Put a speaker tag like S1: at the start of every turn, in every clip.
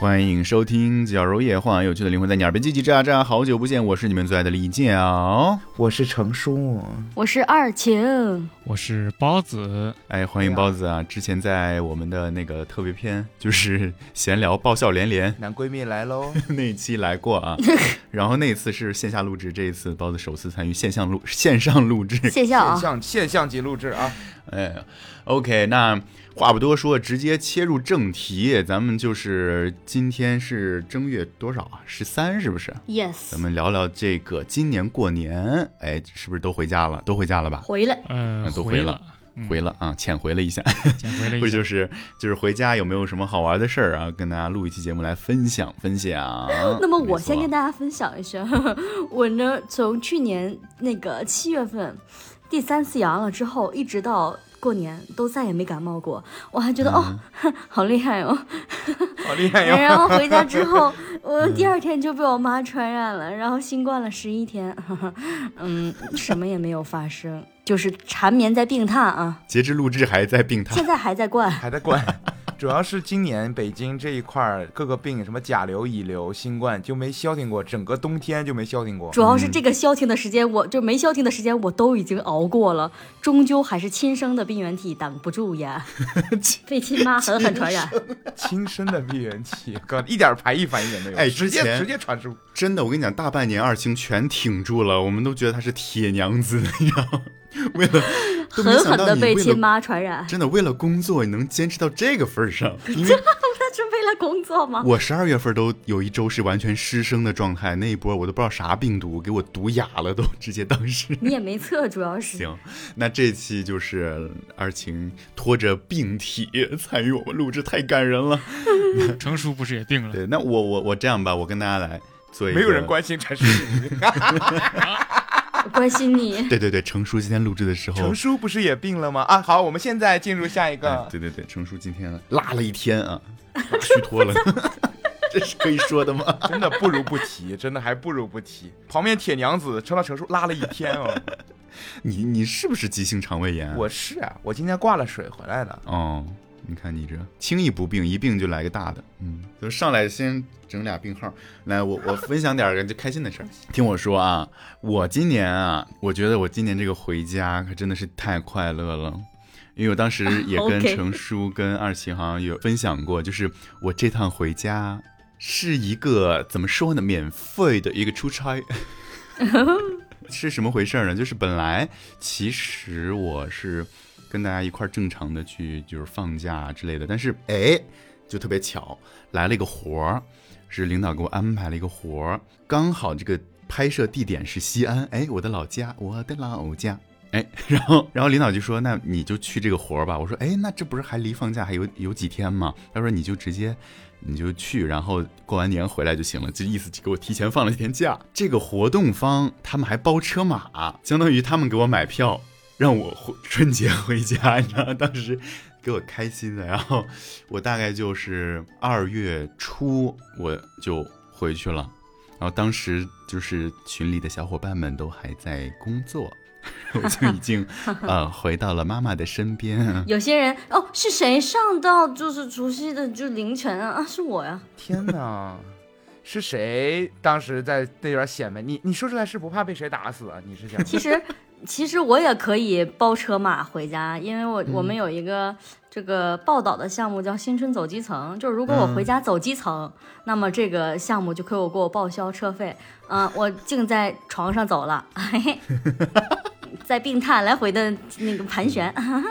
S1: 欢迎收听《绞柔夜话》，有趣的灵魂在你耳边叽叽喳喳。好久不见，我是你们最爱的李淼。
S2: 我是程叔，
S3: 我是二 晴，
S4: 我是包子，
S1: 哎，欢迎包子啊！之前在我们的那个特别篇，就是闲聊爆笑连连
S2: 男闺蜜来喽！
S1: 那一期来过啊，然后那一次是线下录制，这一次包子首次参与线上录线上录制。
S3: 谢笑
S2: 现
S3: 啊，
S2: 象现象级录制啊，
S1: 哎，OK，那话不多说，直接切入正题，咱们就是今天是正月多少啊？十三是不是？咱
S3: yes，
S1: 们聊聊这个今年过年，哎，是不是都回家了？都回家了吧？
S3: 回来
S4: 呃
S1: 嗯，都回
S4: 回
S1: 了
S4: 了，嗯
S1: 回了啊，浅回了一下，
S4: 捡回了
S1: 不
S4: 一下
S1: 就。是就是回家有没有什么好玩的事儿啊？跟大家录一期节目来分享分享。
S3: 那么我先跟
S1: 大
S3: 大家分享一下，我呢从去年那个七月份第三次阳了之后，一直到过年都再也没感冒过，我还觉得、哦，好厉害 哦。
S2: 好厉害哟！
S3: 然后回家之后， 我第二天就被我妈传染了，然后新冠了十一天， 嗯，什么也没有发生，就是缠绵在病榻 啊，
S1: 截至录制还在病
S3: 现
S1: 榻，
S3: 在还在灌。
S2: 还在管，主要是今年北京这一块儿各个病，什么甲流、乙流、新冠就没消停过，整个冬天就没消停过。
S3: 主要
S1: 嗯
S3: 是这个消停的时间，我就没消停的时间，我都已经熬过了，终究还是亲生的病原体挡不住 呀，被亲妈狠狠传染。
S2: 亲身的病原体，哥一点排异反应也没有，
S1: 哎
S2: 直
S1: 之前
S2: 接直接传输。
S1: 真的，我跟你讲，大半年二青全挺住了，我们都觉得她是铁娘子，你知道吗？ 为了都没
S3: 狠
S1: 想
S3: 狠
S1: 到
S3: 的
S1: 你
S3: 被
S1: 为
S3: 亲
S1: 了
S3: 妈传染，
S1: 真的为了工作你能坚持到这个份儿上，因为
S3: 那是为了工作吗？
S1: 我十二月份都有一周是完全失声的状态，那一波我都不知道啥病毒给我毒哑了，都直接当时。
S3: 你也没测，主要是
S1: 行，那这期就是二晴拖着病体参与我们录制，太感人了。
S4: 程叔不是也病了？
S1: 对，那我我我这样吧，我跟大家来做一个
S2: 没有人。关心陈 叔，
S3: 我关心你。
S1: 对对对，程叔今天录制的时候
S2: 程，叔啊不是也病了吗？啊，好，我们现在进入下一
S1: 哎
S2: 个。
S1: 对对对，程叔今天拉了一天啊，虚脱 了， 这是可以说的吗？
S2: 真的不如不提， 真的还不如不提。旁边铁娘子撑到程叔拉了一天 哦，
S1: 你你是不是急性肠胃炎啊？
S2: 我是啊，我今天挂了水回来的。
S1: 哦，你看你这轻易不病，一病就来个大的，嗯，就上来先整俩病号。来，我我分享点儿就开心的事儿。 听我说啊，我今年啊，我觉得我今年这个回家可真的是太快乐了。因为我当时也跟
S3: OK
S1: 程叔、跟二奇好像有分享过，就是我这趟回家是一个怎么说呢，免费的一个出差，是什么回事儿呢？就是本来其实我是跟大家一块儿正常的去就是放假啊之类的，但是哎，就特别巧来了一个活儿，是领导给我安排了一个活儿，刚好这个拍摄地点是西安，哎，我的老家，我的老家。哎，然后，然后领导就说：“那你就去这个活儿吧。”我说：“哎，那这不是还离放假还有有几天吗？”他说：“你就直接你就去，然后过完年回来就行了。这意思就给我提前放了几天假。这个活动方他们还包车马，相当于他们给我买票，让我回春节回家，你知道，当时给我开心的。然后我大概就是二月初我就回去了，然后当时就是群里的小伙伴们都还在工作。 我就已经呃回到了妈妈的身边，
S3: 有些人哦，是谁上到就是除夕的就凌晨啊？啊是我呀，
S2: 天哪，是谁当时在那边显摆？你你说出来是不怕被谁打死啊？你是想
S3: 其实，其实我也可以包车马回家，因为我
S2: 嗯
S3: 我们有一个这个报道的项目叫“新春走基层”，就是如果我
S2: 嗯
S3: 回家走基层，那么这个项目就可以给我报销车费。嗯、我竟在床上 走了， 嘿嘿，在病榻来回的那个盘旋。
S2: 嗯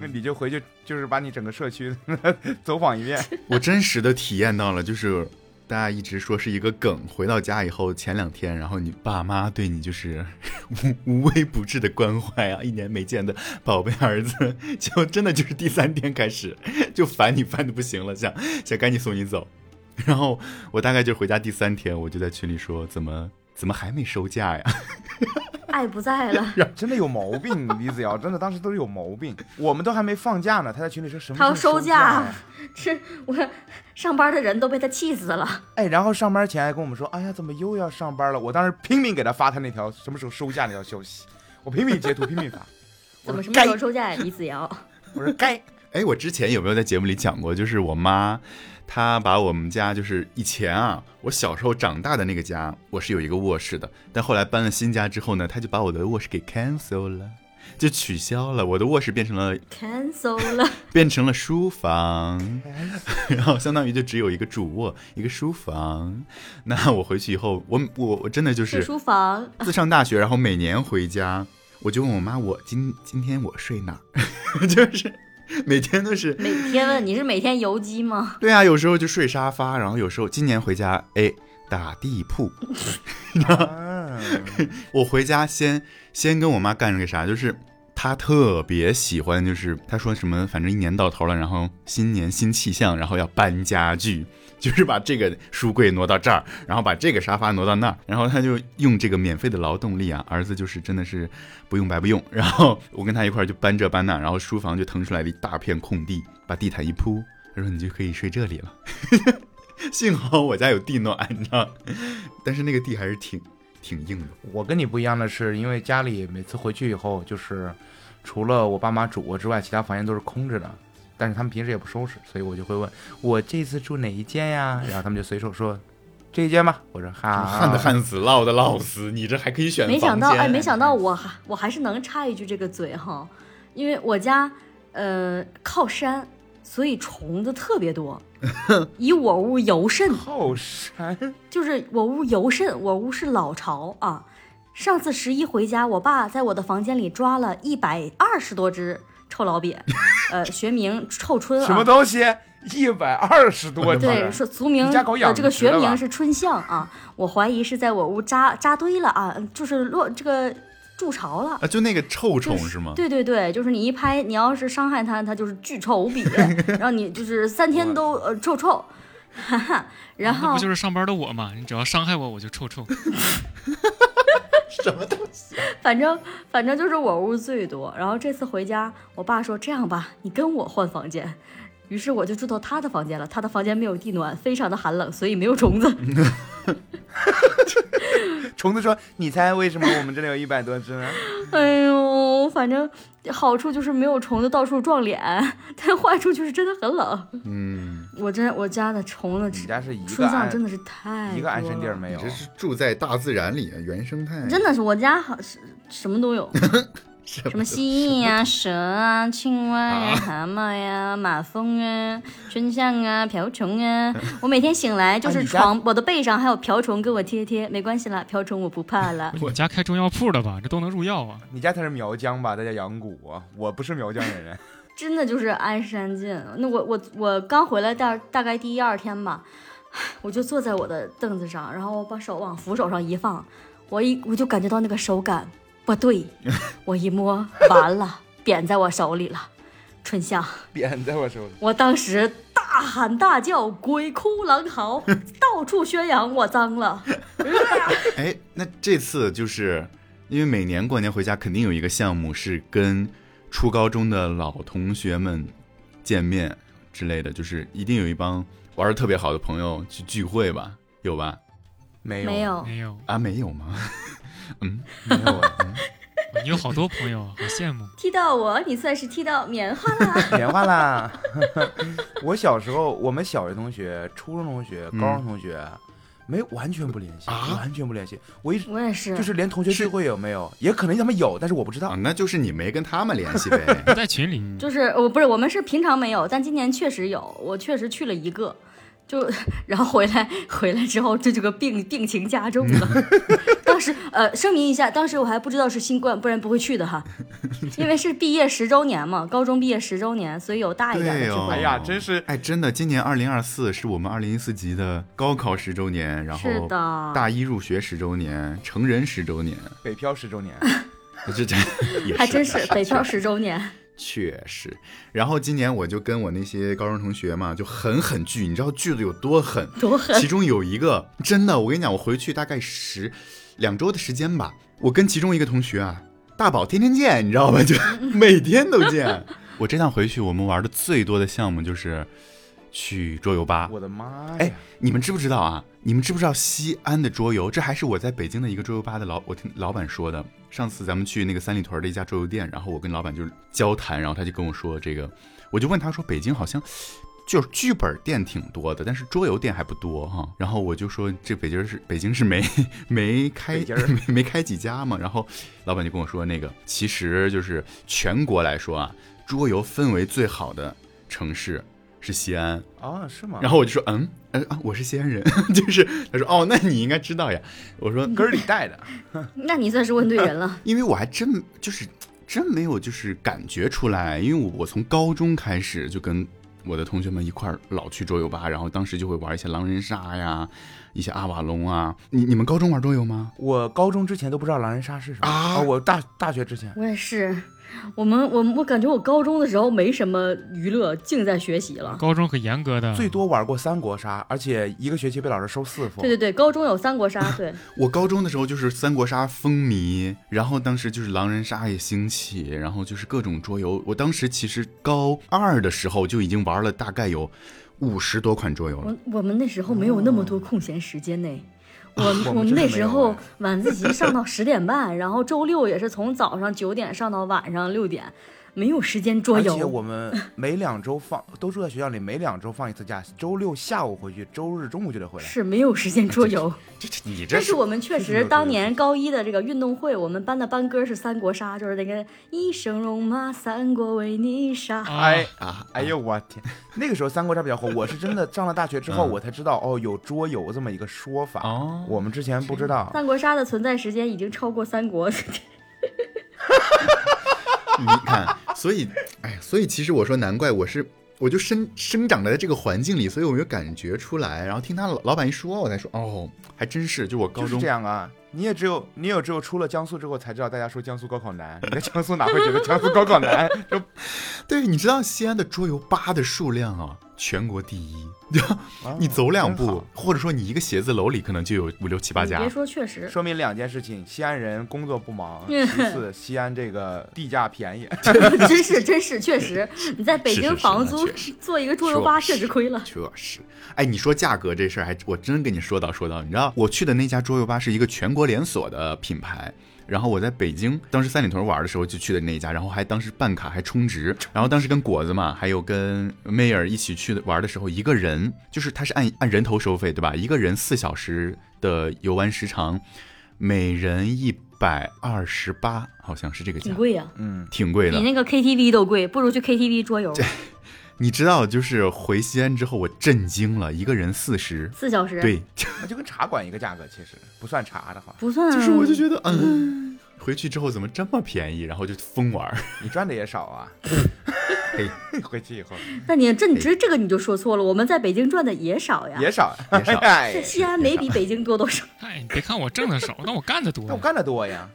S2: 那你就回去，就是把你整个社区 走访一遍。
S1: 我真实的体验到了，就是大家一直说是一个梗，回到家以后前两天，然后你爸妈对你就是 无无微不至的关怀啊，一年没见的宝贝儿子，就真的就是第三天开始 就烦你烦的不行了，想想赶紧送你走。 然后我大概就回家第三天，我就在群里说怎么怎么还没收假呀？
S3: 爱不在了，
S2: 真的有毛病，李子瑶，真的当时都是有毛病。我们都还没放假呢，他在群里说什么时
S3: 他
S2: 候
S3: 要收
S2: 假
S3: 假
S2: 呀？
S3: 这我上班的人都被他气死了。
S2: 哎，然后上班前还跟我们说，哎呀，怎么又要上班了？我当时拼命给他发他那条什么时候收假那条 消息，我拼命截图，拼命发。
S3: 怎么什么
S2: 该
S3: 时候收假呀，李子瑶？
S2: 我说该，
S1: 哎，我之前有没有在节目里讲过？就是我妈，她把我们家就是以前啊，我小时候长大的那个家，我是有一个卧室的，但后来搬了新家之后呢，她就把我的卧室给 cancel 了，就取消了，我的卧室变成了
S3: cancel 了，
S1: 变成了书房，
S2: 哎
S1: 然后相当于就只有一个主卧，一个书房。那我回去以后，我我我真的就
S3: 去
S1: 是
S3: 书房，
S1: 自上大学，然后每年回家，我就问我妈，我今今天我睡哪儿？ 就是每天都是
S3: 每天问你是每天游击吗？
S1: 对啊，有时候就睡沙发，然后有时候今年回家，哎，打地铺。
S2: 啊
S1: 我回家先先跟我妈干了个啥，就是她特别喜欢，就是她说什么，反正一年到头了，然后新年新气象，然后要搬家具， 就是把这个书柜挪到这儿，然后把这个沙发挪到那儿，然后她就用这个免费的劳动力啊，儿子就是真的是不用白不用。然后我跟她一块儿就搬这搬啊那，然后书房就腾出来了一大片空地，把地毯一铺，她说你就可以睡这里了。 幸好我家有地暖，你知道， 但是那个地还是挺挺硬的。
S2: 我跟你不一样的是，因为家里每次回去以后，就是除了我爸妈主卧之外，其他房间都是空着的。但是他们平时也不收拾，所以我就会问我这次住哪一间呀？然后他们就随手说这一间吧。我说哈，
S1: 旱的旱死，涝的涝死，你这还可以选
S3: 没想
S1: 房
S3: 到，
S1: 间
S3: 哎，没想到
S2: 嗯
S3: 我还我还是能插一句这个嘴哈，因为我家呃靠山，所以虫子特 别多，以我屋尤甚。
S2: 靠山，
S3: 就是我屋尤甚，我屋是老巢啊。上次十一回家，我爸在我的房间里抓了一百二十多只臭老 鳖，呃，学名臭椿啊，
S2: 什么东西？一百二十多啊只，
S3: 对，说俗名
S2: 你家搞养
S3: 呃这个
S2: 殖
S3: 学
S2: 的吧
S3: 名是春象啊，我怀疑是在我屋扎扎堆了啊，就是落这个筑巢了。
S1: 啊，就那个臭虫
S3: 就是
S2: 啊
S1: 吗？
S3: 对对对，就是你一拍，你要是伤害它，它就是巨臭 无比，然后你就是三天都呃臭臭， 哈
S2: 啊
S3: 哈，然
S4: 那
S3: 后
S4: 不就是上班的我嘛？你只要伤害我，我就臭臭。。
S1: 什么东西？
S3: 反正反正就是我屋最多。然后这次回家，我爸说这样吧，你跟我换房间。于是我就住到他的房间了。他的房间没有地暖，非常的寒冷，所以没有 虫子。
S2: 虫子说：“你猜为什么我们这里有一百多啊只呢？
S3: 哎呦，反正好处就是没有虫子到处撞脸，但坏处就是真的很冷。
S1: 嗯，
S3: 我真我家的虫子
S2: 你
S3: 吃，
S2: 家是一个
S3: 春藏
S2: 安
S3: 真的是太
S2: 一个安
S3: 多
S2: 身地儿
S3: 了
S2: 没有
S1: 你？这是住在大自然里，原生态。
S3: 真的是我家好是 什么都有，什么蜥蜴呀、蛇啊、青蛙呀、蛤蟆呀、马蜂啊、春象啊、瓢虫啊。我每天醒来就
S2: 啊
S3: 是
S2: 你家
S3: 床，我的背上还有瓢虫给我贴贴，没关系啦，瓢虫我不怕了
S4: 你家开中药铺的吧？这都能入药啊！
S2: 你家才是苗疆吧？他叫阳谷啊，我不是苗疆的人。
S3: 真的就是安山尽。那我我我刚回来大大概第一二天吧， 我就坐在我的凳子上，然后我把手往扶手上一放，我一我就感觉到那个手感不对，我一摸完了，扁在我手里了，春夏。
S2: 扁在我手里，
S3: 我当时大喊大叫，鬼哭狼嚎，到处宣扬我脏了。
S1: 哎，那这次就是因为每年过年回家肯定有一个项目是跟初高中的老同学们见面之类的，就是一定有一帮玩的特别好的朋友去聚会吧？有吧？
S2: 没有
S3: 没有，
S4: 没有，
S1: 啊，没有吗？
S2: 没有啊，
S4: 你有好多朋友，啊好羡慕。
S3: 踢到我，你算是踢到棉花了。
S2: 棉花啦。 我小时候，我们小学同学、初中同学、高中同学，没完全不联系，
S1: 啊
S2: 完全不联系。我一直
S3: 我也是，
S2: 就是连同学聚会有没有，也可能他们有，但是我不知
S1: 啊
S2: 道，。
S1: 那就是你没跟他们联系 呗。
S4: 不在群里，你
S3: 就是我不是我们是平常没有，但今年确实有，我确实去了一个，就然后回来回来之后，这这个病病情加重了。 当时呃，声明一下，当时我还不知道是新冠，不然不会去的哈， 因为是毕业十周年嘛，高中毕业十周年，所以有大一点的
S1: 对
S3: 聚
S1: 哦，
S3: 会。
S2: 哎呀真是
S1: 哎，真的，今年二零二四是我们二零一四级的高考十周年，然
S3: 是
S1: 后
S3: 的，
S1: 大一入学十周年，成人十周年，
S2: 北漂十周年，
S1: 这这也
S3: 还真
S1: 是啊
S3: 是北漂十周年。
S1: 确实。然后今年我就跟我那些高中同学嘛，就狠狠聚，你知道聚的有多狠？
S3: 多狠！
S1: 其中有一个真的，我跟你讲，我回去大概十两周的时间吧，我跟其中一个同学啊，大宝天天见，你知道吧？ 就每天都见。 我这趟回去，我们玩的最多的项目就是去桌游吧。
S2: 我的妈呀
S1: 哎！你们知不知道啊？你们知不知道西安的桌游？这还是我在北京的一个桌游吧的老我听老板说的。上次咱们去那个三里屯的一家桌游店，然后我跟老板就交谈，然后他就跟我说这个，我就问他说，北京好像就是剧本店挺多的，但是桌游店还不多哈、然后我就说，这北京是北京是没 没开
S2: 北京儿
S1: 没没开几家嘛。然后老板就跟我说，那个其实就是全国来说啊，桌游氛围最好的城市是西安。
S2: 哦，是吗？
S1: 然后我就说，嗯，呃啊，我是西安人， 就是他说，哦，那你应该知道呀。我说，
S2: 根儿里带的，
S3: 那你算是问对 人了。
S1: 因为我还真就是真没有就是感觉出来，因为我我从高中开始就跟我的同学们一块儿老去桌游吧，然后当时就会玩一些狼人杀呀，一些阿瓦隆啊。你你们高中玩桌游吗？
S2: 我高中之前都不知道狼人杀是什么
S1: 啊
S2: 我大大学之前
S3: 我也是，我们我我感觉我高中的时候没什么娱乐，净在学习了。
S4: 高中可严格的，
S2: 最多玩过三国杀，而且一个学期被老师收四副
S3: 对。对对，高中有三国杀，对，
S1: 我高中的时候就是三国杀风靡，然后当时就是狼人杀也兴起，然后就是各种桌游。我当时其实高二的时候就已经玩了大概有五十多款桌游了。
S3: 我我们那时候没有那么多空闲时间呢。我
S2: 我
S3: 我
S2: 们
S3: 们
S2: 真
S3: 那
S2: 的
S3: 时
S2: 没有
S3: 候
S2: 哎
S3: 晚自习上到十点半，然后周六也是从早上九点上到晚上六点，没有时间桌
S2: 而且
S3: 游。
S2: 我们每两周放，都住在学校里，每两周放一次假。周六下午回去，周日中午就得回来。
S3: 是没有时间桌游，
S1: 这这你这
S3: 但是我们确
S2: 确实没有桌
S3: 实
S2: 游
S3: 当年高一的这个运动会，我们班的班歌是三国杀，就是那个一生戎马，三国为你杀。
S4: 啊
S2: 哎
S1: 啊，
S2: 哎呦我天，那个时候三国杀比较火。我是 真的上了大学之后，
S1: 嗯
S2: 我才知道哦，有桌游这么一个说法。
S1: 哦
S2: 我们之前不知道。
S3: 三国杀的存在时间已经超过三国，
S1: 你看，所以，哎，所以其实我说，难怪我是，我就生生长在这个环境里，所以我没有感觉出来。然后听他老老板一说，我才说，哦，还真是，就我高
S2: 就是
S1: 中
S2: 这样啊，你也只有你也只有出了江苏之后才知道大家说江苏高考难，你在江苏哪会觉得江苏高考难？就
S1: 对，你知道西安的桌游吧的数量啊，全国第一。 你走两
S2: 啊哦真
S1: 步
S2: 好，
S1: 或者说你一个写字楼里可能就有五六七八
S3: 你
S1: 家
S3: 别。说 确实，
S2: 说明两件事情：西安人工作 不忙，
S3: 嗯
S2: 其次西安这个地价便宜。
S3: 真是真是确实，你在北
S1: 是
S3: 京
S1: 是是
S3: 房
S1: 那
S3: 租
S1: 确实
S3: 做一个桌游吧
S1: 是
S3: 确实亏了。
S1: 确实，哎，你说价格这事儿还我真跟你说到说到，你知道我去的那家桌游吧是一个全国连锁的品牌，然后我在北京当时三里屯玩的时候就去的那一家，然后还当时办卡还充值，然后当时跟果子嘛，还有跟 Mayor 一起去的玩的时候，一个人就是他是按按人头收费对吧？一个人四小时的游玩时长，每人一百二十八，好像是这个价
S3: 挺，贵啊呀、
S2: 嗯，
S1: 挺贵的
S3: 比。那个 KTV 都贵，不如去 KTV 桌游，
S1: 你知道，就是回西安之后我震惊了，一个人四十，
S3: 四小时，
S1: 对。
S2: 那就跟茶馆一个价格，其实不算茶的话，
S3: 不算。
S1: 就是我就觉得，嗯，回去之后怎么这么便宜，然后就疯玩儿。
S2: 你赚的也少啊。
S1: 嘿，
S2: 回去以后
S3: 那你这你这这个你就说错了，我们在北京赚的也少呀。
S2: 也少，
S1: 也 少嗯
S2: 哎
S3: 这西安没比北京多多 少，
S4: 哎，你别看我挣的少，但我干的多
S2: 那。我干的多呀。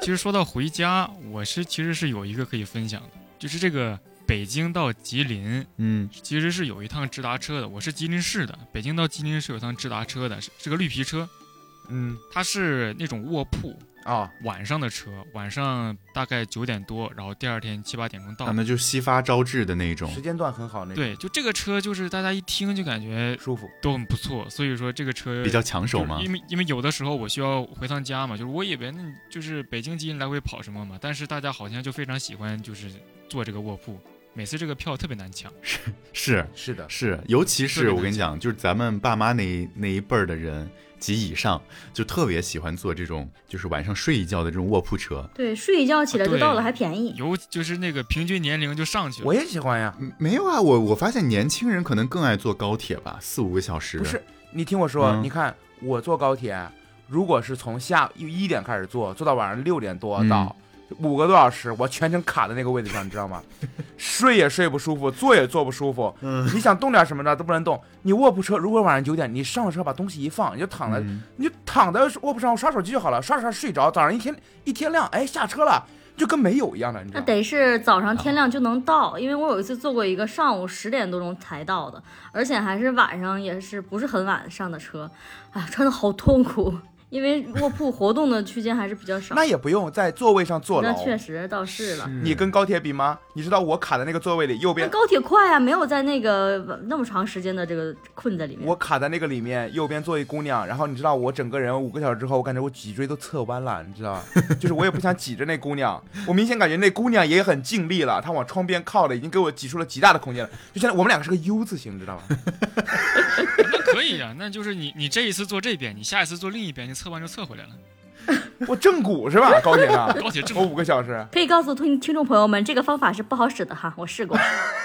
S4: 其实说到回家，我是其实是有一个可以分享的，就是这个北京到吉林
S1: 嗯，
S4: 其实是有一趟直达车的，我是吉林市的，北京到吉林是有一趟直达车的，是是个绿皮车，
S2: 嗯，
S4: 它是那种卧铺
S2: 哦，
S4: 晚上的车，晚上大概九点多，然后第二天七八点钟到。
S1: 啊，那就西发招致的那种
S2: 时。间段很好，那个
S4: 对，就这个车，就是大家一听就感觉
S2: 舒服。
S4: 都很不错，所以说这个车
S1: 比较抢手
S4: 就
S1: 吗
S4: 是？因为因为有的时候我需要回趟家嘛，就是我以为那你就是北京吉林来回跑什么嘛，但是大家好像就非常喜欢就是坐这个卧铺，每次这个票特别难抢。
S1: 是
S2: 是的，
S1: 是，尤其
S4: 特
S1: 是
S4: 别
S1: 我跟
S4: 难
S1: 你讲，就是咱们爸妈那那一辈儿的人及以上，就特别喜欢坐这种，就是晚上睡一觉的这种卧铺车。
S3: 对，睡一觉起来就到了，
S4: 对
S3: 还便宜。
S4: 尤就是那个平均年龄就上去了
S2: 我，也喜欢呀。
S1: 嗯没有啊，我我发现年轻人可能更爱坐高铁吧，四五个小时。
S2: 不是，你听我说，
S1: 嗯
S2: 你看我坐高铁，如果是从下午一点开始坐，坐到晚上六点多
S1: 嗯
S2: 到。五个多小时，我全程卡在那个位置上，你知 道吗？睡也睡不舒服，坐也坐不舒服。
S1: 嗯
S2: 你想动点什么呢都不能动。你卧铺车，如果晚上九点你上车把东西一放，你就躺在，
S1: 嗯
S2: 你就躺在卧铺上刷手机就好了，刷着刷着睡着，早上一天一天亮，哎，下车了就跟没有一样的，你知道
S3: 那
S2: 吗？
S3: 得是早上
S1: 啊
S3: 天亮就能到，因为我有一次坐过一个上午十点多钟才到的，而且还是晚上，也是不是很晚上的车，哎，穿的好痛苦，因为卧铺活动的区间还是比较少。
S2: 那也不用在座位上坐牢
S3: 那。确实倒是了。
S2: 你跟高铁比吗？你知道我卡在那个座位里，右
S3: 那
S2: 边
S3: 高铁快啊，没有在那个那么长时间的这个困在里面。
S2: 我卡在那个里面，右边坐一姑娘，然后你知道我整个人五个小时之后，我感觉我脊椎都侧弯了，你知道吧， 就是我也不想挤着那姑娘，我明显感觉那姑娘也很尽力了，她往窗边靠了，已经给我挤出了极大的空间了，就现在我们两个是个 U 字形，你知道吧？
S4: 那可以呀、那就是你你这一次坐这边，你下一次坐另一边，你测完就测回来了。
S2: 我正骨是吧？高铁上，
S4: 高铁正
S2: 我五个小时，
S3: 可以告诉听听众朋友们，这个方法是不好使的哈，我试过。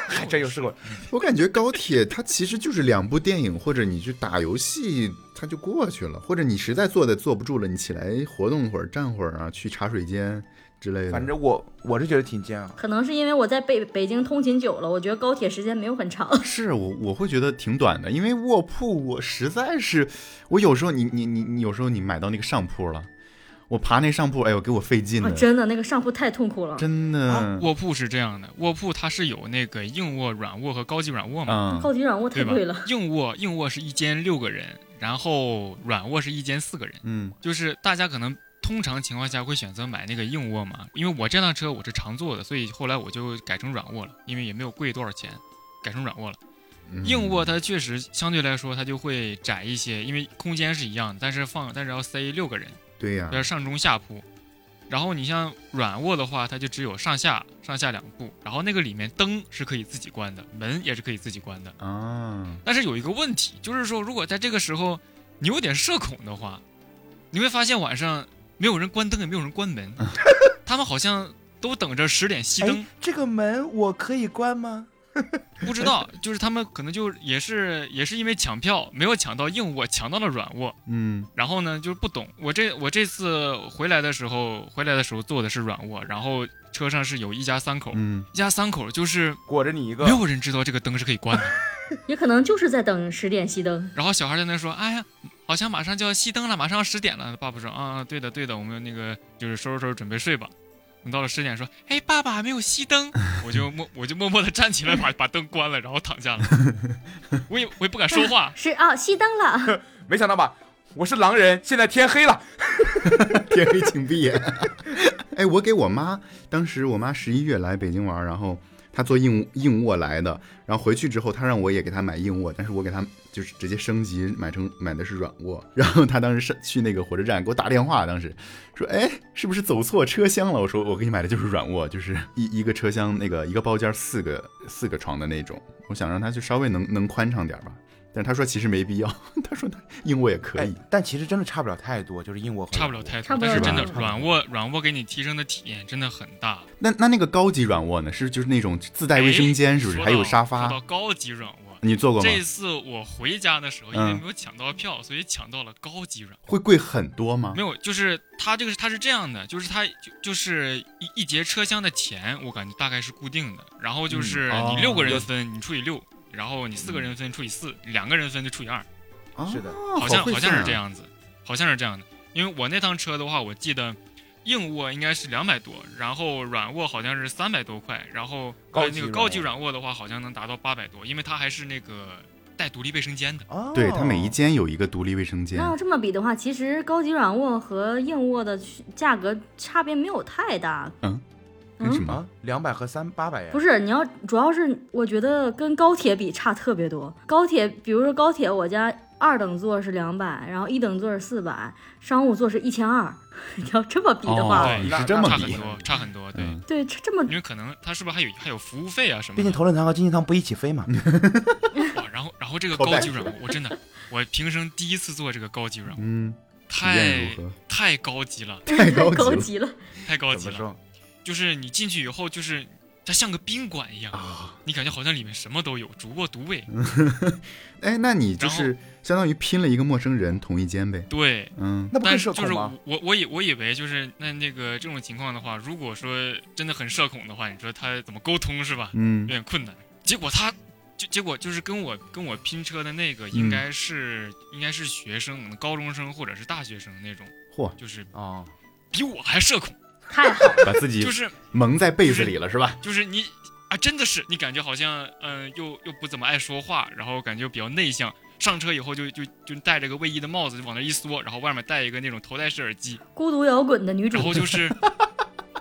S2: 还真有试过，
S1: 我感觉高铁它其实就是两部电影，或者你去打游戏，它就过去了；或者你实在坐的坐不住了，你起来活动会儿、站会儿啊，去茶水间之类的。
S2: 反正我我是觉得挺煎熬。
S3: 可能是因为我在北北京通勤久了，我觉得高铁时间没有很长。
S5: 是我我会觉得挺短的，因为卧铺我实在是，我有时候你你你你有时候你买到那个上铺了，我爬那上铺，哎呦给我费劲
S3: 啊，
S5: 的，
S3: 真的那个上铺太痛苦了。
S5: 真的，
S4: 卧铺是这样的，卧铺它是有那个硬卧、软卧和高级软
S1: 啊
S4: 卧嘛，
S5: 嗯，
S3: 高级软卧太
S4: 对吧
S3: 贵了，？
S4: 硬卧硬卧是一间六个人，然后软卧是一间四个人，
S5: 嗯
S4: 就是大家可能。通常情况下会选择买那个硬卧嘛，因为我这辆车我是常坐的，所以后来我就改成软卧了，因为也没有贵多少钱，改成软卧了。
S1: 嗯
S4: 硬卧它确实相对来说它就会窄一些，因为空间是一样的，但是放但是要塞六个人，
S1: 对呀、
S4: 要上中下铺。然后你像软卧的话，它就只有上下上下两步，然后那个里面灯是可以自己关的，门也是可以自己关的。
S5: 啊，
S4: 但是有一个问题，就是说如果在这个时候你有点社恐的话，你会发现晚上没有人关灯，也没有人关门，他们好像都等着十点熄灯
S2: 哎。，这个门我可以关吗？
S4: 不知道，就是他们可能就也是也是因为抢票没有抢到硬卧，抢到了软卧，
S5: 嗯
S4: 然后呢就是不懂。我这我这次回来的时候，回来的时候坐的是软卧，然后车上是有一家三口，
S5: 嗯，
S4: 一家三口就是
S2: 裹着你一个
S4: 没，有人知道这个灯是可以关的。
S3: 也可能就是在等十点熄灯。
S4: 然后小孩在那说：“哎呀，好像马上就要熄灯了，马上要十点了。”爸爸说：“啊，对的对的，我们那个就是收拾收拾准备睡吧。”等到了十点说：“哎，爸爸还没有熄灯。”我就默我就默默的站起来把把灯关了，然后躺下了。我也我也不敢说 话。
S3: 是啊，熄灯了，
S2: 没想到吧？我是狼人，现在天黑了，
S1: 天黑请闭眼。 哎，我给我妈，当时我妈十一月来北京玩，然后她坐硬硬卧来的，然后回去之后，她让我也给她买硬卧，但是我给她就是直接升级买成买的是软卧。然后她当时上去那个火车站给我打电话，当时说，哎，是不是走错车厢了？我说我给你买的就是软卧，就是一一个车厢那个一个包间四个四个床的那种。我想让她就稍微能能宽敞点吧，但是她说其实没必要， 她说她硬卧也可以。
S2: 哎，但其实真的差不了太多，就是硬卧和
S4: 差不了太
S3: 差
S4: 多，
S3: 不
S4: 但
S3: 了
S4: 是
S3: 太
S4: 真的
S2: 多
S4: 软卧软卧给你提升的体验真的很大。
S5: 那那那个高级软卧呢？是就是那种自带卫生间，是不是？
S4: 哎说
S5: 还有
S4: 到
S5: 沙
S4: 说到
S5: 发，
S4: 高级软卧，
S5: 你坐过吗？
S4: 这次我回家的时候，因为
S5: 嗯
S4: 没有抢到票，所以抢到了高级软。
S5: 会贵很多吗
S4: 没？有，就是它这个是它是这样的，就是它就就是一一节车厢的钱，我感觉大概是固定的，然后就是
S5: 嗯哦
S4: 你六个人分，你除以六，然后你四个人分除以四，两个人分就除以二，
S5: 啊，
S2: 是的
S5: 好
S4: 好像
S5: 会
S4: 好像
S5: 算
S4: 是这
S5: 啊。
S4: 样子，好像是这样的。因为我那趟车的话，我记得硬卧应该是两百多，然后软卧好像是三百多块，然后
S2: 高
S4: 呃
S2: 级
S4: 那个
S2: 软
S4: 高级
S2: 卧
S4: 软卧的话，好像能达到八百多，因为它还是那个带独立卫生间的。
S2: 哦，
S5: 对，它每一间有一个独立卫生间
S3: 那。要这么比的话，其实高级软卧和硬卧的区价格差别没有太大。
S5: 为
S1: 嗯
S5: 什么？
S2: 啊，两百和三八百呀，
S3: 不
S2: 是
S3: 是，你要主要是我觉得跟高铁比差特别多。高铁，比如说高铁，我家二等座是两百，然后一等座是四百，商务座是一千二。 你要这么比的话，
S5: 哦，
S4: 对
S5: 你
S2: 那
S5: 是这么
S4: 哎差
S5: 比
S4: 很
S5: 的，
S2: 啊
S4: 多，差很多，对，
S5: 嗯
S3: 对，这这么
S4: 因为可能它是不是还有还有服务费啊什
S2: 毕
S4: 么
S2: 竟
S4: 的，
S2: 头等舱和经济舱不一起飞嘛。
S4: 哇然后然后这个
S1: 头戴
S4: 高级软卧，我真的我平生第一次做这个高级软卧，
S5: 嗯，
S1: 体验
S4: 太
S1: 如何？
S4: 太高级了，
S1: 太高级
S3: 高
S1: 了。
S3: 级了，
S4: 太高
S2: 怎
S4: 级
S2: 么
S4: 了，
S2: 说？
S4: 就是你进去以后就是。它像个宾馆一样，
S2: 啊
S4: 你感觉好像里面什么都有，主卧独
S2: 嗯
S4: 卫。
S1: 哎，那你就
S4: 然后
S1: 是相当于拼了一个陌生人同一间呗。
S4: 对，
S1: 嗯，
S2: 那不更
S4: 但是
S2: 社
S4: 就是
S2: 恐
S4: 我
S2: 吗？
S4: 我我以我以为就是那那个这种情况的话，如果说真的很社恐的话，你说他怎么沟通是吧？有
S5: 嗯
S4: 点困难。结果他就结果就是跟我跟我拼车的那个
S2: 嗯
S4: 应该是、应该是学生，可能高中生或者是大学生那种，
S5: 嚯，
S4: 就是
S2: 哦，
S4: 比我还社恐，
S3: 太好了，
S5: 把自
S2: 哎
S5: 己
S4: 就是
S5: 蒙在被子里了是吧？
S4: 就是你啊，真的是你感觉好像嗯、呃又又不怎么爱说话，然后感觉比较内向。上车以后就就就戴着个卫衣的帽子就往那一缩，然后外面戴一个那种头戴式耳机，
S3: 孤独摇滚的女主
S4: 然，后就是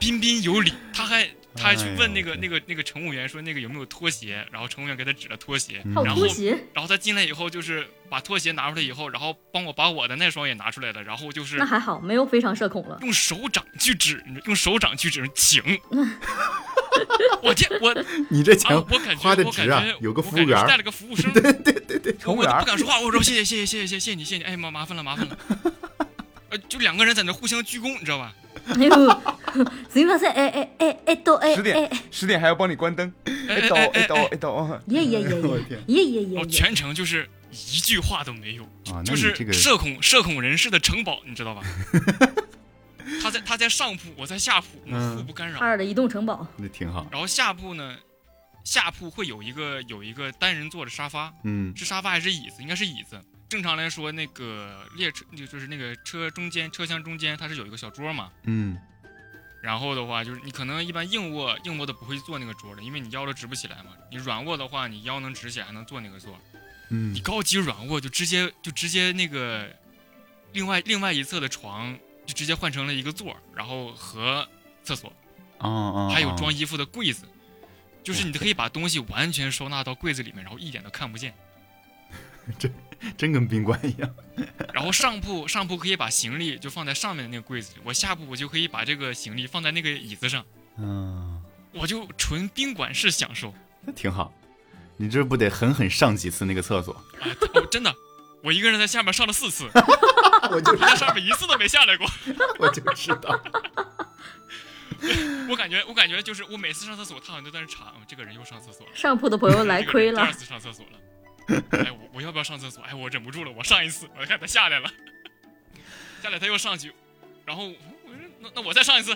S4: 彬彬有礼，他还他还去问那个、
S1: 哎
S4: 那个那个乘务员说那个有没有拖鞋，然后乘务员给他指了拖鞋，
S3: 还有
S4: 然
S3: 拖
S4: 后
S3: 鞋，
S4: 然后他进来以后就是把拖鞋拿出来以后，然后帮我把我的那双也拿出来了，然后就是
S3: 那还好，没有非常社恐了。
S4: 用手掌去指，用手掌去指，请。我这我
S6: 你这
S4: 啊
S6: 钱，
S4: 我感觉
S6: 花得
S4: 我感
S6: 值啊
S4: 觉
S6: 有个服务
S4: 我感觉
S6: 员儿
S4: 是带了个服 务生，
S2: 乘务
S4: 我
S2: 员
S4: 都
S2: 儿
S4: 不敢说话，我说谢谢谢谢谢谢谢谢你谢谢你，哎麻麻烦了麻烦了，呃就两个人在那互相鞠躬，你知道吧？
S3: 哎呦， すみません、哎哎哎哎都哎
S7: 十
S3: 哎
S7: 点，十点还要帮你关灯，
S4: 哎
S7: 哎抖
S4: 哎
S7: 哎
S4: 哎
S7: 抖哎抖，
S3: 耶耶耶
S6: 我
S3: 耶
S5: 啊
S6: 天
S3: 耶耶
S4: 然
S3: 耶
S4: 后
S3: 耶，
S4: 哦全程就是一句话都没有，
S6: 啊，那
S4: 就
S6: 你
S4: 是
S6: 这个
S4: 社恐社恐人士的城堡，你知道吧？ 他在他在上铺，我在下铺，
S6: 嗯
S4: 我们互不干扰
S3: 哈。尔的移动城堡，
S6: 那挺好，
S4: 然后下铺呢，下铺会有一个有一个单人坐的沙发，
S6: 嗯
S4: 是沙发还是椅子？应该是椅子。正常来说，那个列车就就是那个车中间车厢中间它是有一个小桌嘛。
S6: 嗯，
S4: 然后的话，就是你可能一般硬卧硬卧的不会坐那个桌的，因为你腰都直不起来嘛。你软卧的话，你腰能直起来还能坐那个座。
S6: 嗯
S4: 你，高级软卧就直接就直接那个另外另外一侧的床就直接换成了一个座儿，然后和厕所。
S5: 啊
S6: 哦
S1: 啊
S6: 哦，
S4: 还有
S6: 哦
S4: 装衣服的柜子，就是你可以把东西完全收纳到柜子里面，然后一点都看不见。
S6: 真跟宾馆一样，
S4: 然后上铺上铺可以把行李就放在上面的那个柜子里，我下铺我就可以把这个行李放在那个椅子上，
S6: 嗯，
S4: 我就纯宾馆式享受
S6: 那挺好。你这不得狠狠上几次那个厕所？
S4: 啊！我真的，我一个人在下面上了四次，
S6: 我就
S4: 他在上面一次都没下来过。
S6: 我就知道，
S4: 我感觉我感觉就是我每次上厕所，他好像都在那查，嗯，这个人又上厕所了，
S3: 上铺的朋友来亏
S4: 这
S3: 了
S4: 个人第二。次上厕所了。哎，我我要不要上厕所？哎，我忍不住了，我上一次，我看他下来了，下来他又上去，然后我说那那我再上一次，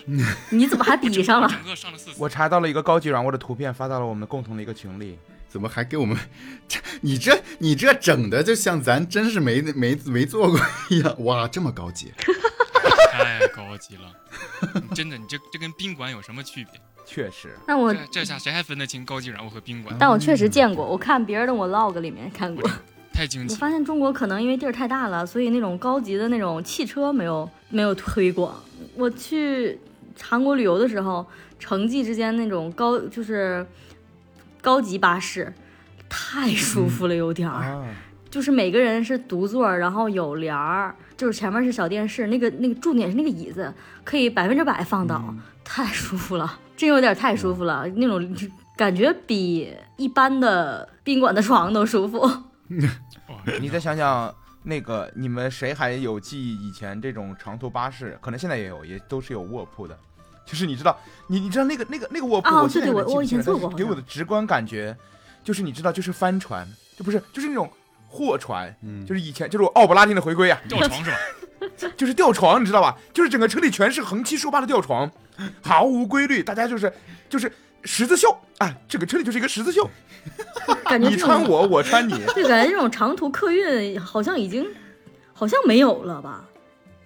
S3: 你怎么还
S4: 我
S3: 比上了？
S4: 整个上了四次。
S2: 我查到了一个高级软卧的图片，发到了我们共同的一个群里。
S6: 怎么还给我们？这你这你这整的就像咱真是没没没做过一样，哇，这么高级！
S4: 太高级了， 你真的，你这这跟宾馆有什么区别？
S2: 确实，
S3: 那我，
S4: 这这下谁还分得清高级软卧和宾馆？
S3: 但我确实见过，我看别人的 vlog 里面看过。
S4: 太惊
S3: 我
S4: 奇！
S3: 发现中国可能因为地儿太大了，所以那种高级的那种汽车没有没有推广。我去韩国旅游的时候，城际之间那种高就是高级巴士，太舒服了，有点儿。
S2: 啊，
S3: 就是每个人是独座儿，然后有帘儿，就是前面是小电视，那个那个重点是那个椅子可以百分之百放倒，太舒服了，真有点太舒服了，那种感觉比一般的宾馆的床都舒服。
S4: 哇
S2: 你再想想那个，你们谁还有记忆以前这种长途巴士？可能现在也有，也都是有卧铺的。就是你知道，你你知道那个那个那个卧铺，
S3: 啊
S2: 现在
S3: 对对
S2: 有点
S3: 我我以
S2: 记不
S3: 前
S2: 清了
S3: 坐过
S2: 但是给
S3: 好
S2: 我
S3: 像
S2: 的直观感觉就是你知道，就是帆船，就不是就是那种货船，
S6: 嗯
S2: 就是以前就是我奥布拉丁的回归啊，
S4: 吊床是吧？
S2: 就是吊床，你知道吧？就是整个车里全是横七竖八的吊床，毫无规律，大家就是就是十字绣啊，这个车里就是一个十字绣，
S3: 感觉
S2: 你
S3: 这
S2: 穿
S3: 种
S2: 我，我穿你。
S3: 对，感觉这种长途客运好像已经好像没有了吧，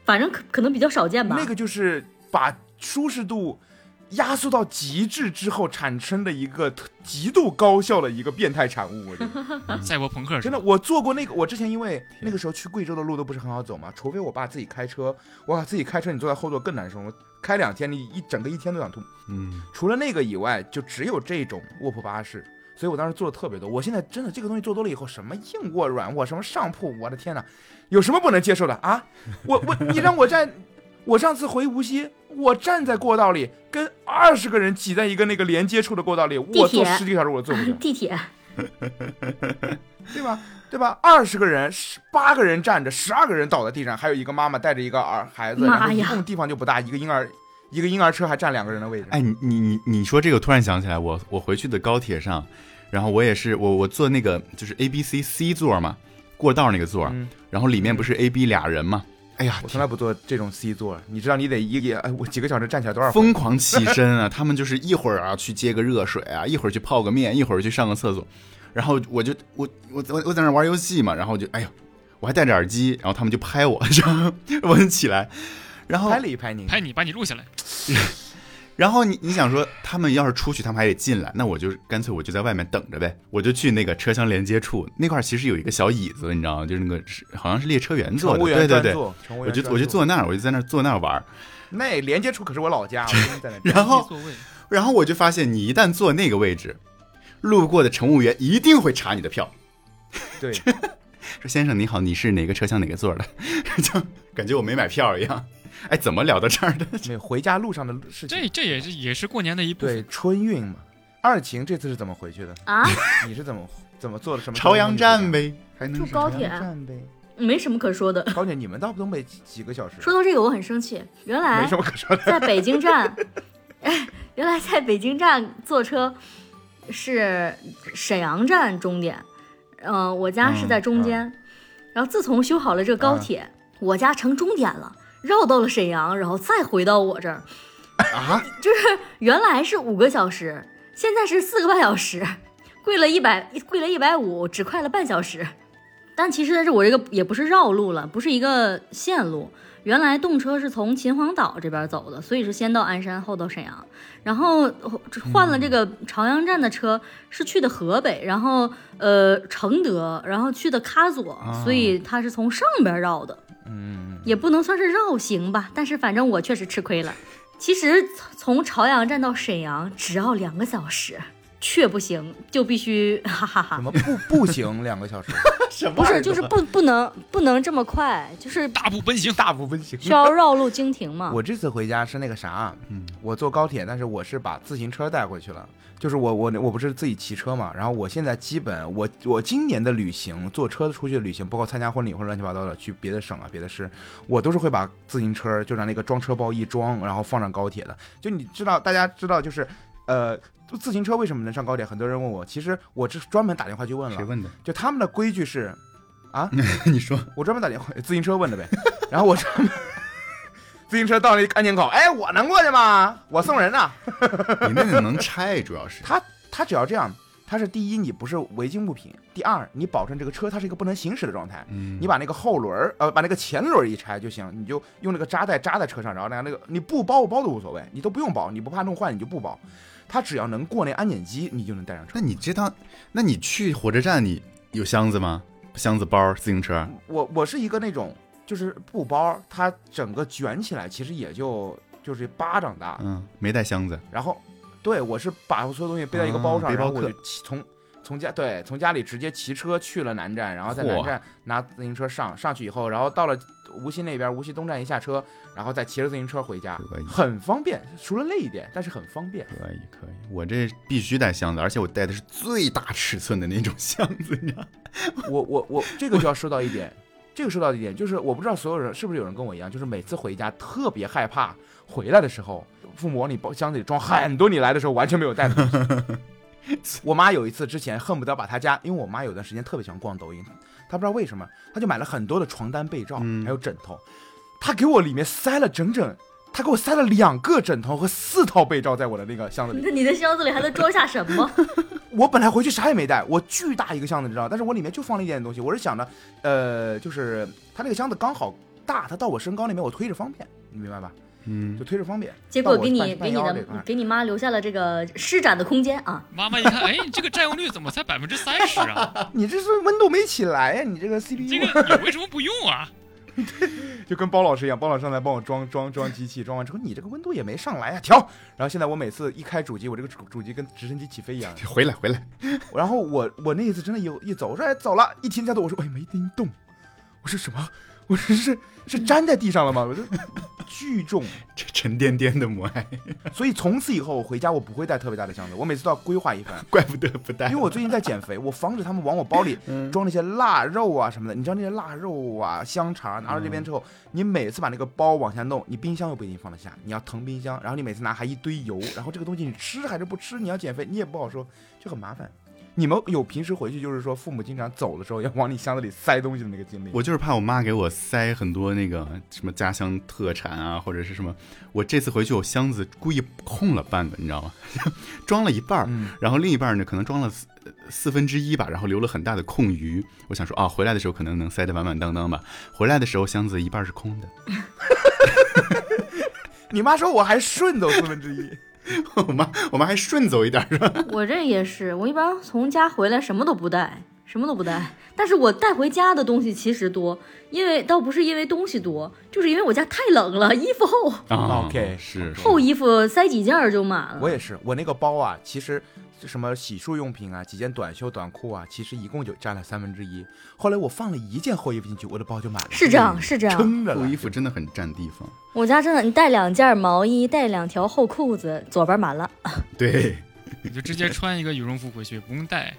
S3: 反正可可能比较少见吧。
S2: 那个就是把舒适度压缩到极致之后产生的一个特极度高效的一个变态产物。我觉得
S4: 赛博朋克是
S2: 真
S4: 吧
S2: 的，？我做过那个，我之前因为那个时候去贵州的路都不是很好走嘛，除非我爸自己开车，哇，自己开车你坐在后座更难受了。开两天，你一整个一天都想吐。
S6: 嗯，
S2: 除了那个以外，就只有这种卧铺巴士，所以我当时做的特别多。我现在真的这个东西做多了以后，什么硬卧、软卧，什么上铺，我的天哪，有什么不能接受的啊？我我你让我站，我上次回无锡，我站在过道里跟二十个人挤在一个那个连接处的过道里，
S3: 铁，
S2: 我坐十几个小时我都坐不下
S3: 地铁
S2: 对吧？对吧？二十个人，十八个人站着，十二个人倒在地上，还有一个妈妈带着一个儿孩子，
S3: 妈呀
S2: 然后一共地方就不大，一个婴儿一个婴儿车还占两个人的位置。
S6: 哎，你你你你说这个，我突然想起来，我我回去的高铁上，然后我也是我我坐那个就是 A B C C 座嘛，过道那个座，
S2: 嗯
S6: 然后里面不是 A B 俩人嘛，哎呀
S2: 我，从来不坐这种 C 座，你知道你得一个哎，我几个小时站起来多少回？
S6: 疯狂起身 啊！他们就是一会儿啊去接个热水啊，一会儿去泡个面，一会儿去上个厕所。然后我就我我我我在那玩游戏嘛，然后我就哎呦，我还戴着耳机，然后他们就 拍我，然后我就起来，然后
S2: 拍了一拍你，
S4: 拍你把你录下来，
S1: 然后你你想说，他们要是出去，他们还得进来，那我就干脆我就在外面等着呗，我就去那个车厢连接处那块，其实有一个小椅子，你知道吗？就是那个是好像是列车员坐的，
S2: 乘务
S1: 对
S2: 员
S1: 对
S2: 专
S1: 对，
S2: 座，乘务
S1: 我
S2: 员
S1: 就
S2: 专
S1: 我就坐那儿，我就在那儿坐那儿玩儿。
S2: 那连接处可是我老家，我真的在那边。
S1: 然后
S4: 座位，
S1: 然后我就发现，你一旦坐那个位置，路过的乘务员一定会查你的票，
S2: 对，
S1: 说：“先生你好，你是哪个车厢哪个座的？” 就感觉我没买票一样。哎，怎么聊到这儿的？
S2: 没有回家路上的事
S4: 这
S2: 情。
S4: 这也是也是过年的一部分
S2: 对，春运嘛。二晴这次是怎么回去的？
S3: 啊，
S2: 你是怎么怎么做的什么？
S1: 朝阳站。呗，还能
S3: 住
S1: 是
S3: 高
S2: 朝
S3: 铁啊
S2: 阳 站呗。
S3: 没什么可说的。
S2: 高姐，你们到东北几几个小时？
S3: 说到这个，我很生气。原
S2: 没
S3: 来
S2: 什么可说的。
S3: 在北京站，哎，原来在北京站坐车是沈阳站终点，嗯、我家是在中间。然后自从修好了这个高铁，我家成终点了，绕到了沈阳，然后再回到我这儿。
S2: 啊，
S3: 就是原来是五个小时，现在是四个半小时，贵了一百，贵了一百五，只快了半小时。但其实是我这个也不是绕路了，不是一个线路。原来动车是从秦皇岛这边走的，所以是先到鞍山，后到沈阳。然后呃换了这个朝阳站的车，是去的河北，然后呃承德，然后去的喀左，所以它是从上边绕的。啊嗯，也不能算是绕行吧，但是反正我确实吃亏了。其实从朝阳站到沈阳只要两个小时，却不行，就必须 哈哈哈
S2: 怎么不步行两个小时？
S3: 不是，就是不不能不能这么快，就是
S4: 大步奔行，
S2: 大步奔行
S3: 需要绕路经停嘛。
S2: 我这次回家是那个啥，我坐高铁，但是我是把自行车带回去了。就是我我我不是自己骑车嘛，然后我现在基本我我今年的旅行，坐车出去的旅行，包括参加婚礼或者乱七八糟的，去别的省啊、别的市，我都是会把自行车就拿那个装车包一装，然后放上高铁的。就你知道，大家知道就是，呃，自行车为什么能上高铁？很多人问我，其实我这专门打电话去问
S1: 谁
S2: 了，
S1: 问的？
S2: 就他们的规矩是，
S1: 你说
S2: 我专门打电话自行车问的呗， 然后我专门自行车到那安检口，哎，我能过去吗？我送人呢、
S1: 你那个能拆， 主要是
S2: 他他只要这样，他是第一，你不是违禁物品；第二，你保证这个车它是一个不能行驶的状态。
S1: 嗯
S2: 你把那个后轮儿，呃，把那个前轮儿一拆就行，你就用那个扎带扎在车上，然后那个那个你不包不包都无所谓，你都不用包，你不怕弄坏你就不包，他只要能过那安检机，你就能带上车
S1: 那。你这趟，那你去火车站，你有箱子吗？箱子、包、自行车，
S2: 我我是一个那种就是布包，它整个卷起来其实也就就是巴掌大，
S1: 嗯，没带箱子，
S2: 然后，对我是把所有东西背在一个包上，
S1: 啊背
S2: 然后
S1: 包
S2: 我
S1: 客
S2: 就骑从从家对从家里直接骑车去了南站，然后在
S1: 嚯
S2: 南站拿自行车上上去以后，然后到了无锡那边，无锡东站一下车，然后再骑着自行车回家，
S1: 可以，
S2: 很方便，除了累一点，但是很方便。
S1: 可以，可以。我这必须带箱子，而且我带的是最大尺寸的那种箱子，你知道吗？
S2: 我我我这个就要说到一点，这个说到一点就是我不知道所有人是不是有人跟我一样，就是每次回家特别害怕回来的时候，父母往你包箱子里装很多，你来的时候完全没有带的东西。 我妈有一次之前恨不得把她家，因为我妈有段时间特别喜欢逛抖音，她不知道为什么，她就买了很多的床单被罩，
S1: 嗯
S2: 还有枕头，她给我里面塞了整整，她给我塞了两个枕头和四套被罩在我的那个箱子里
S3: 你。的你的箱子里还能装下什 么？
S2: 我本来回去啥也没带，我巨大一个箱子，你知道，但是我里面就放了一点点东西。我是想着，呃，就是它那个箱子刚好大，它到我身高那边，我推着方便，你明白吧？
S1: 嗯
S2: 就，推着方便。
S3: 结果
S2: 到我
S3: 给你
S2: 半半
S3: 给你
S2: 腰
S3: 的
S2: 这块 儿
S3: 给你妈留下了这个施展的空间啊！
S4: 妈妈一看，哎，你这个占用率怎么才百分之三十 啊？
S2: 你这是温度没起来呀、你这个
S4: 你
S2: CPU
S4: 这个你为什么不用啊？
S2: 就跟包老师一样，包老师上来帮我装装装机器，装完之后你这个温度也没上来呀、调。然后现在我每次一开主机，我这个主主机跟直升机起飞一样。
S1: 回来，回来，
S2: 然后我我那一次真的有一走，我说哎走了，一停下头我说哎没叮动，我说什么？我说是是粘在地上了吗？我说巨重。
S1: 这沉甸甸的母爱，，
S2: 所以从此以后，我回家我不会带特别大的箱子，我每次都要规划一番
S1: 怪不得 不带。
S2: 因为我最近在减肥，我防止他们往我包里装那些腊肉啊什么的。你知道那些腊肉啊、香肠，拿到这边之后，你每次把那个包往下弄，你冰箱又不一定放得下，你要腾冰箱，然后你每次拿还一堆油，然后这个东西你吃还是不吃，你要减肥你也不好说，就很麻烦。你们有平时回去就是说父母经常走的时候要往你箱子里塞东西的那个经历吗？
S1: 我就是怕我妈给我塞很多那个什么家乡特产啊，或者是什么。我这次回去，我箱子故意空了半个，你知道吗？ 装了一半儿，然后另一半儿呢，可能装了四四分之一吧，然后留了很大的空余。我想说啊，回来的时候可能能塞得满满当当吧。回来的时候，箱子一半儿是空的。
S2: 你妈说我还顺走四分之一，
S1: 我妈我妈还顺走一点儿，
S3: 我这也是，我一般从家回来什么都不带，什么都不带。但是我带回家的东西其实多，因为倒不是因为东西多，就是因为我家太冷了，衣服厚，
S8: 啊
S2: OK
S8: 是是
S3: 厚衣服塞几件儿就满
S2: 我
S3: 了。
S2: 也是，我那个包啊，其实什么洗漱用品啊，几件短袖短裤啊，其实一共就占了三分之一。后来我放了一件厚衣服进去，我的包就满了，
S3: 是这样，是这样。
S2: 撑着
S1: 厚
S2: 了
S1: 衣。服真的很占地方。
S3: 我家真的，你带两件毛衣，带两条厚裤子，左边满了。
S1: 对，
S4: 你就直接穿一个羽绒服回去，不用带，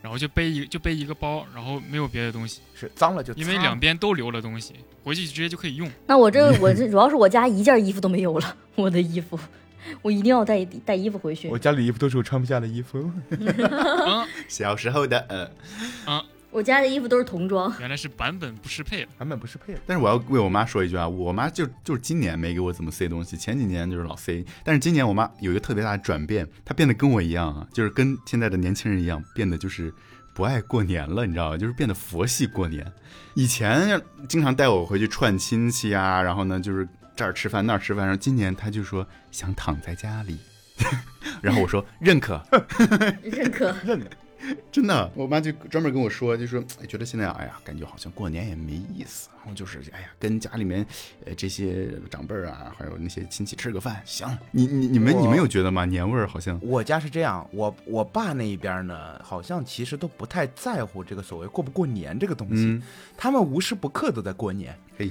S4: 然后就背一就背一个包，然后没有别的东西，
S2: 是脏了就
S4: 因为
S2: 擦
S4: 两边都留了东西，回去直接就可以用。
S3: 那我这 我这主要是我家一件衣服都没有了，我的衣服，我一定要带带衣服回去。
S2: 我家里衣服都是我穿不下的衣 服，
S4: 啊，
S1: 小时候的呃，
S3: 我家的衣服都是童 装，
S4: 原来是版本不适配了。
S2: 版本不适配了。
S1: 但是我要为我妈说一句啊，我妈就就是今年没给我怎么塞东西，前几年就是老塞，但是今年我妈有一个特别大的转变，她变得跟我一样啊，就是跟现在的年轻人一样，变得就是不爱过年了，你知道吧？就是变得佛系过年。以前经常带我回去串亲戚啊，然后呢就是这儿吃饭那儿吃饭，然后今年她就说想躺在家里， 然后我说认可，
S3: 认可。
S1: 真的，我妈就专门跟我说，就说哎觉得现在哎呀，感觉好像过年也没意思，然后就是哎呀，跟家里面呃这些长辈儿啊，还有那些亲戚吃个饭，行。你你你们
S2: 我
S1: 你们有觉得吗？年味儿好像
S2: 我家是这样，我我爸那一边呢，好像其实都不太在乎这个所谓过不过年这个东西，
S1: 嗯，
S2: 他们无时不刻都在过年。
S3: 嘿，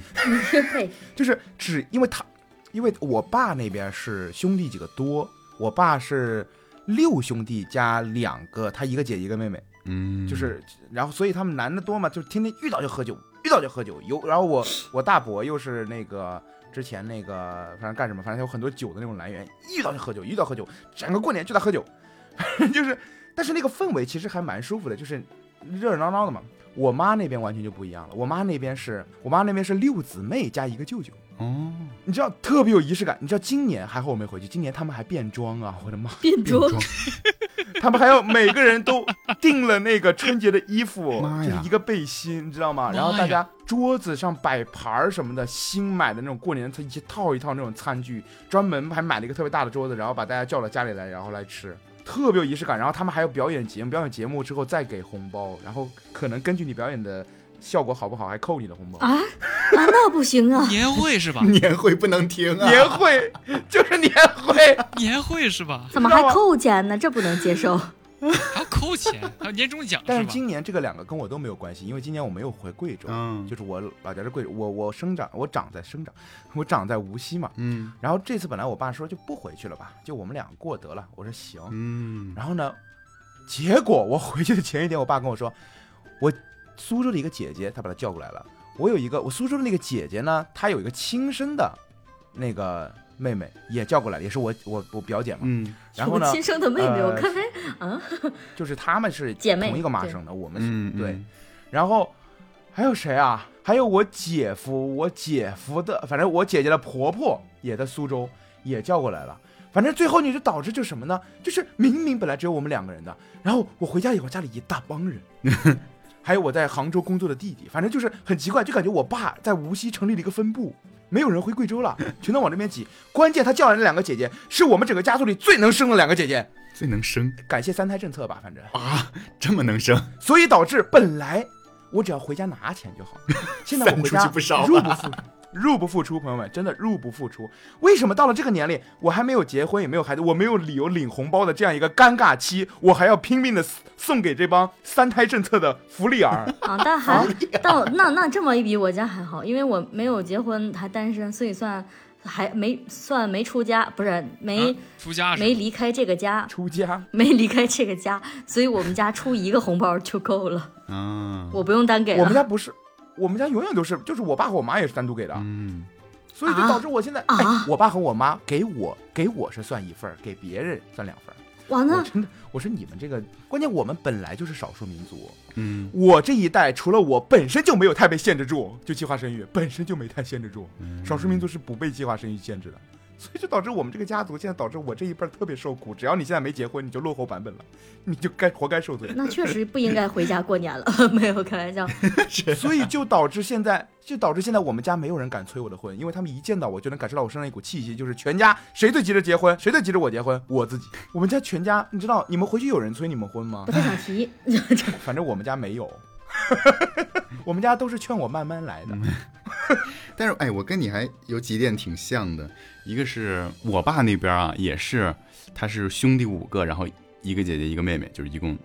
S2: 就是只因为他，因为我爸那边是兄弟几个多，我爸是六兄弟加两个，他一个姐一个妹妹，
S1: 嗯，
S2: 就是然后所以他们男的多嘛，就是天天遇到就喝酒，遇到就喝酒。有然后我我大伯又是那个之前那个反正干什么，反正有很多酒的那种来源，一遇到就喝酒，一遇到喝酒，整个过年就在喝酒， 就是但是那个氛围其实还蛮舒服的，就是热热闹闹的嘛。我妈那边完全就不一样了，我妈那边是我妈那边是六姊妹加一个舅舅。
S1: 哦，
S2: 你知道特别有仪式感。你知道今年还好我没回去，今年他们还变装啊！我的妈，
S3: 变装
S2: 他们还要每个人都订了那个春节的衣服，
S1: 妈呀
S2: 就是一个背心，你知道吗？
S4: 妈呀
S2: 然后大家桌子上摆盘儿什么的，新买的那种过年它一套一套那种餐具，专门还买了一个特别大的桌子，然后把大家叫到家里来，然后来吃。特别有仪式感，然后他们还有表演节目，表演节目之后再给红包，然后可能根据你表演的效果好不好，还扣你的红包。
S3: 啊啊，那不 行啊！
S4: 年会是吧？
S1: 年会不能停啊！
S2: 年会 就是年会，
S4: 年会是吧？
S3: 怎么还扣钱呢？这不能接受。
S4: 还要扣钱，还有年终奖
S2: 但是
S4: 吧？
S2: 今年这个两个跟我都没有关系，因为今年我没有回贵州，
S1: 嗯
S2: 就是我老家是贵州，我我生长我长在生长，我长在无锡嘛。
S1: 嗯
S2: 然后这次本来我爸说就不回去了吧，就我们俩过得了，我说行。
S1: 嗯，
S2: 然后呢，结果我回去的前一天，我爸跟我说，我苏州的一个姐姐，她把她叫过来了。我有一个我苏州的那个姐姐呢，她有一个亲生的那个妹妹也叫过来了，也是我我我表姐嘛。
S1: 嗯
S2: 然后呢
S3: 我，亲生的妹妹，
S2: 呃
S3: 我刚 才
S2: 就是她们是
S3: 姐妹
S2: 同一个妈
S3: 对
S2: 生的，我们是、
S1: 嗯，
S2: 对。
S1: 嗯，
S2: 然后还有谁啊？还有我姐夫，我姐夫的，反正我姐姐的婆婆也在苏州，也叫过来了。反正最后你就导致就什么呢？就是明明本来只有我们两个人的，然后我回家以后家里一大帮人，还有我在杭州工作的弟弟，反正就是很奇怪，就感觉我爸在无锡成立了一个分部，没有人回贵州了，全都往这边挤。关键他叫来的两个姐姐是我们整个家族里最能生的两个姐姐，
S1: 最能生
S2: 感谢三胎政策吧，反正。
S1: 啊，这么能生，
S2: 所以导致本来我只要回家拿钱就好， 现在我回
S1: 散
S2: 家
S1: 出去不少啊
S2: 入不敷入不敷出，朋友们，真的入不敷出。为什么到了这个年龄，我还没有结婚，也没有孩子，我没有理由领红包的这样一个尴尬期，我还要拼命的送给这帮三胎政策的福利儿？
S3: 啊，但还但那那这么一比，我家还好，因为我没有结婚，还单身，所以算还没算没出家，不是没、
S4: 啊出家是吧
S3: 没离开这个家，
S2: 出家
S3: 没离开这个家，所以我们家出一个红包就够了，
S1: 啊，
S3: 我不用单给
S2: 我们
S3: 了。
S2: 家不是，我们家永远都是，就是我爸和我妈也是单独给的，
S1: 嗯，
S2: 所以就导致我现在，
S3: 啊
S2: 哎，我爸和我妈给我给我是算一份儿，给别人算两份儿。
S3: 哇，
S2: 我
S3: 那
S2: 真的，我说你们这个，关键我们本来就是少数民族，
S1: 嗯，
S2: 我这一代除了我本身就没有太被限制住，就计划生育本身就没太限制住，少数民族是不被计划生育限制的，所以就导致我们这个家族现在导致我这一辈儿特别受苦。只要你现在没结婚，你就落后版本了，你就该活该受 罪。
S3: 那确实不应该回家过年了， 没有开玩笑。
S2: 所以就导致现在，就导致现在我们家没有人敢催我的婚，因为他们一见到我就能感受到我身上一股气息，就是全家谁最急着结婚，谁最急着我结婚，我自己。我们家全家，你知道，你们回去有人催你们婚吗
S3: 不？太想提，
S2: 反正我们家没有， 我们家都是劝我慢慢来的。
S9: 但是哎，我跟你还有几点挺像的，
S1: 一个是我爸那边啊，也是，他是兄弟五个，然后一个姐姐一个妹妹，就是一共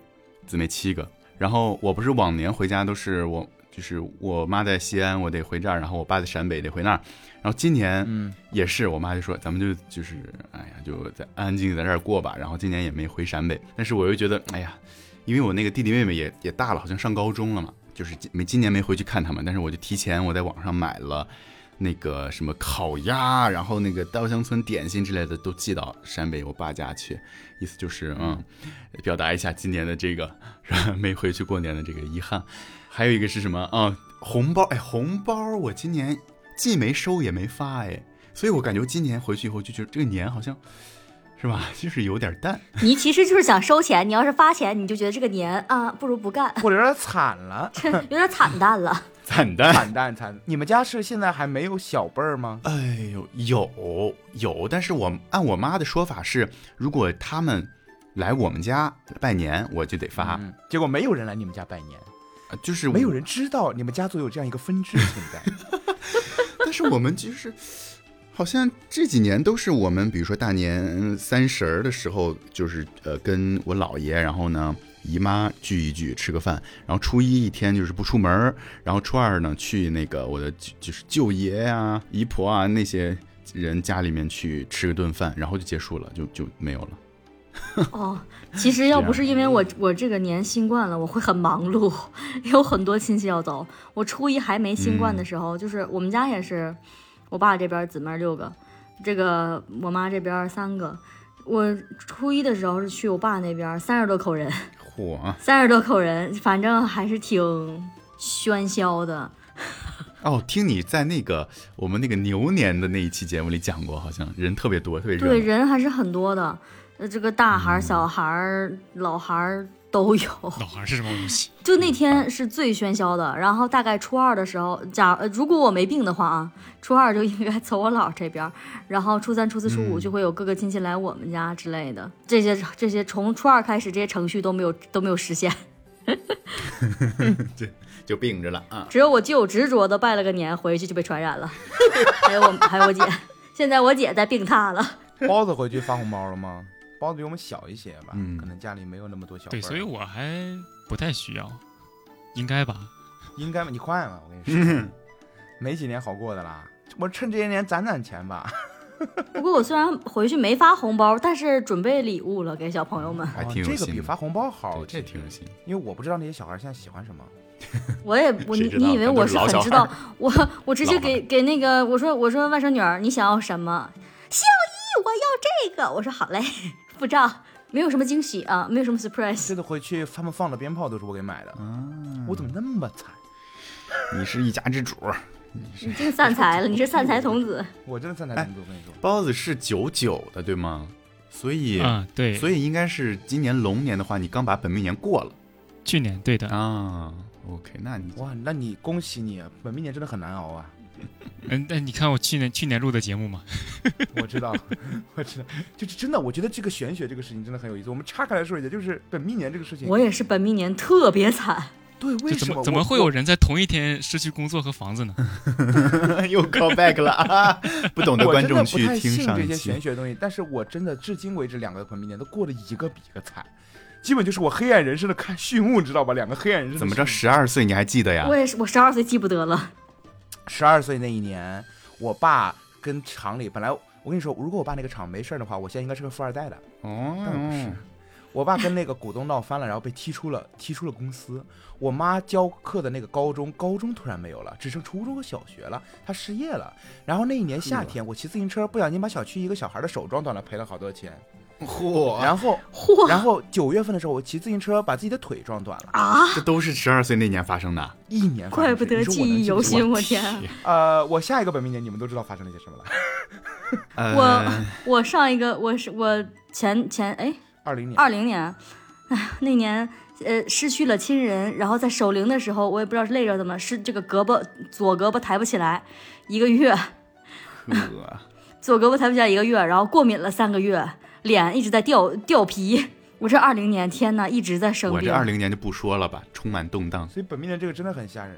S1: 姊妹七个。然后我不是往年回家都是我，就是我妈在西安，我得回这儿，然后我爸在陕北得回那儿。然后今年
S10: 嗯，
S1: 也是，我妈就说咱们就就是，哎呀，就在安安静静在这儿过吧。然后今年也没回陕北，但是我又觉得，哎呀，因为我那个弟弟妹妹也也大了，好像上高中了嘛，就是今没今年没回去看他们，但是我就提前我在网上买了那个什么烤鸭，然后那个稻香村点心之类的都寄到陕北我爸家去，意思就是嗯，表达一下今年的这个 没回去过年的这个遗憾。还有一个是什么啊、红包，哎，红包我今年既没收也没发，哎。所以我感觉今年回去以后就觉得这个年好像，是吧？ 就是有点淡。
S3: 你其实就是想收钱，你要是发钱，你就觉得这个年啊，不如不干，
S2: 或者有点惨了，
S3: 有点惨淡了。
S1: 惨淡。
S2: 惨淡惨。你们家是现在还没有小辈儿吗？
S1: 哎呦，有有，但是我按我妈的说法是，如果他们来我们家拜年，我就得发，
S2: 嗯，结果没有人来你们家拜年，
S1: 呃就是我
S2: 没有。人知道你们家族有这样一个分支存 在。
S9: 但是我们就是好像这几年都是我们，比如说大年三十儿的时候，就是呃跟我姥爷，然后呢姨妈聚一聚吃个饭，然后初一一天就是不出门儿，然后初二呢去那个我的就就是舅爷啊、姨婆啊那些人家里面去吃个顿饭，然后就结束了，就就没有了。
S3: 哦，其实要不是因为我我这个年新冠了，我会很忙碌， 有很多亲戚要走。我初一还没新冠的时候，就是我们家也是，我爸这边姊妹六个，这个我妈这边三个。我初一的时候是去我爸那边，三十多口人，
S9: 嚯啊！
S3: 三十多口人，反正还是挺喧嚣的。
S1: 哦，听你在那个我们那个牛年的那一期节目里讲过，好像人特别多，特别热
S3: 对，
S1: 闹。
S3: 人还是很多的，呃，这个大孩儿、小孩儿、老孩儿 都有。
S4: 老孩是什么东西？
S3: 就那天是最喧嚣的，然后大概初二的时候，假呃如果我没病的话啊，初二就应该 走我姥这边儿，然后初三、初四、初五就会有各个亲戚来我们家之类的。这些这些从初二开始，这些程序都没有都没有实现，
S9: 就病着了啊！
S3: 只有我舅执着的拜了个年，回去就被传染了。 还有我还有我姐，现在我姐在病榻了。
S2: 包子回去发红包了吗？包子比我们小一些吧，
S9: 嗯
S2: 可能家里没有那么多小辈儿。
S4: 对，所以我还不太需要，应该吧？
S2: 应该吧，你快吧，我
S1: 嗯
S2: 跟你说，没几年好过的啦。我趁这些年攒攒钱吧。
S3: 不过我虽然回去没发红包，但是准备礼物了给小朋友们。
S1: 还挺有
S2: 哦这
S1: 心
S2: 个比发红包好
S9: 哦
S1: 对，这挺有心。
S2: 因为我不知道那些小孩现在喜欢什么。
S3: 我也我
S1: 谁
S3: 你
S1: 知道
S3: 你以为我是很知道，我我直接
S1: 老孩
S3: 给给那个我说我说外甥女儿你想要什么？孝义，我要这个。我说好嘞，付账，没有什么惊喜啊，没有什么 surprise。
S2: 这次回去他们放的鞭炮都是我给买的，
S1: 啊
S2: 我怎么那么惨？
S9: 你是一家之主，
S3: 你净散财了，你是散财童子。
S2: 我真的赞
S1: 哎
S2: 叹你，我跟你说，
S1: 包子是九九的，对吗？所以、
S4: 嗯，对，
S1: 所以应该是今年龙年的话，你刚把本命年过了
S4: 去年对的，
S1: 啊。OK，那你
S2: 哇，那你恭喜你，啊本命年真的很难熬啊！
S4: 嗯，但你看我去年去年录的节目嘛，
S2: 我知道， 我知道，就是真的，我觉得这个玄学这个事情真的很有意思。我们岔开来说一下，就是本命年这个事情，
S3: 我也是本命年特别惨，
S2: 对为
S4: 就怎
S2: 什
S4: 么
S2: 么
S4: 怎
S2: 我
S4: 么会有人在同一天失去工作和房子呢？
S1: 又 call back 了啊！不懂的
S2: 我
S1: 观
S2: 真的
S1: 众
S2: 不
S1: 去
S2: 太
S1: 听
S2: 信
S1: 上
S2: 这
S1: 一
S2: 些
S1: 期
S2: 玄。学的东西，但是我真的至今为止两个本命年都过得一个比一个惨，基本就是我黑暗人生的看序幕，你知道吧？两个黑暗人生
S1: 怎么着，十二岁你还记得哎呀
S3: 我？也是我十二岁记不得了。
S2: 十二岁那一年，我爸跟厂里本来我跟你说，如果我爸那个厂没事儿的话，我现在应该是个富二代的。但不是
S9: 哦，
S2: 嗯我爸跟那个股东闹翻了，然后被踢出了踢出了公司。我妈教课的那个高中，高中突然没有了，只剩初中和小学了，她失业了。然后那一年夏天，我骑自行车不小心把小区一个小孩的手撞断了，赔了好多钱。
S1: 嚯，
S2: 然后
S3: 嚯
S2: 然后九月份的时候，我骑自行车把自己的腿撞断了，
S3: 啊！
S1: 这都是十二岁那年发生的。
S2: 一年发生
S3: 怪
S2: 的事。
S3: 不得
S2: 你说
S3: 记
S2: 我能
S3: 忆
S2: 记
S3: 犹
S2: 住
S3: 新，
S2: 吗。
S3: 我天！
S2: 呃，我下一个本命年，你们都知道发生了些什么了。
S1: 呃
S3: 我我上一个我是我前前哎
S2: 二零年，
S3: 二零年，哎那年呃失去了亲人，然后在守灵的时候，我也不知道是累着怎么，是这个胳膊左胳膊抬不起来，一个月
S1: 呵
S3: 左胳膊抬不起来一个月，然后过敏了三个月，脸一直在掉掉皮。我这二零年天呐，一直在生
S1: 我
S3: 病
S1: 这。二零年就不说了吧，充满动荡。
S2: 所以本命年这个真的很吓人。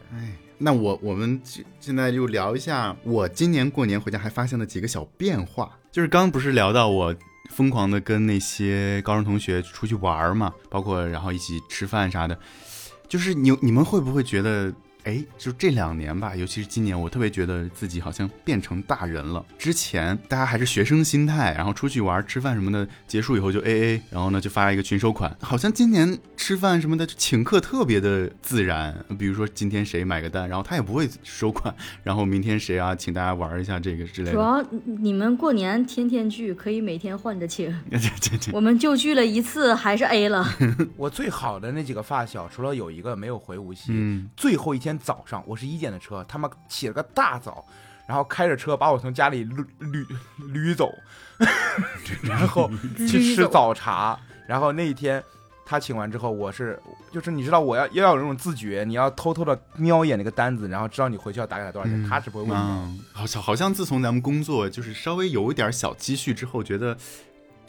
S11: 那我我们就现在就聊一下，我今年过年回家还发现了几个小变化，
S1: 就是刚不是聊到我疯狂的跟那些高中同学出去玩儿嘛，包括然后一起吃饭啥的，就是你你们会不会觉得，哎，就这两年吧，尤其是今年，我特别觉得自己好像变成大人了。之前大家还是学生心态，然后出去玩儿吃饭什么的，结束以后就 A A，然后呢就发一个群收款。好像今年吃饭什么的请客特别的自然，比如说今天谁买个单，然后他也不会收款，然后明天谁啊请大家玩儿一下这个之类
S3: 主
S1: 的。
S3: 要你们过年天天聚，可以每天换着请，
S1: 这这这
S3: 我们就聚了一次，还是 A 了。
S2: 我最好的那几个发小，除了有一个没有回无锡，
S1: 嗯，
S2: 最后一天早上，我是一点的车，他们起了个大早，然后开着车把我从家里捋捋捋走， 然后去吃早茶。然后那一天他请完之后，我是就是你知道我要要有那种自觉，你要偷偷的瞄一眼那个单子，然后知道你回去要打给他多少钱，
S1: 嗯
S2: 他是不会问你。
S1: 嗯，好像好像自从咱们工作就是稍微有一点小积蓄之后，觉得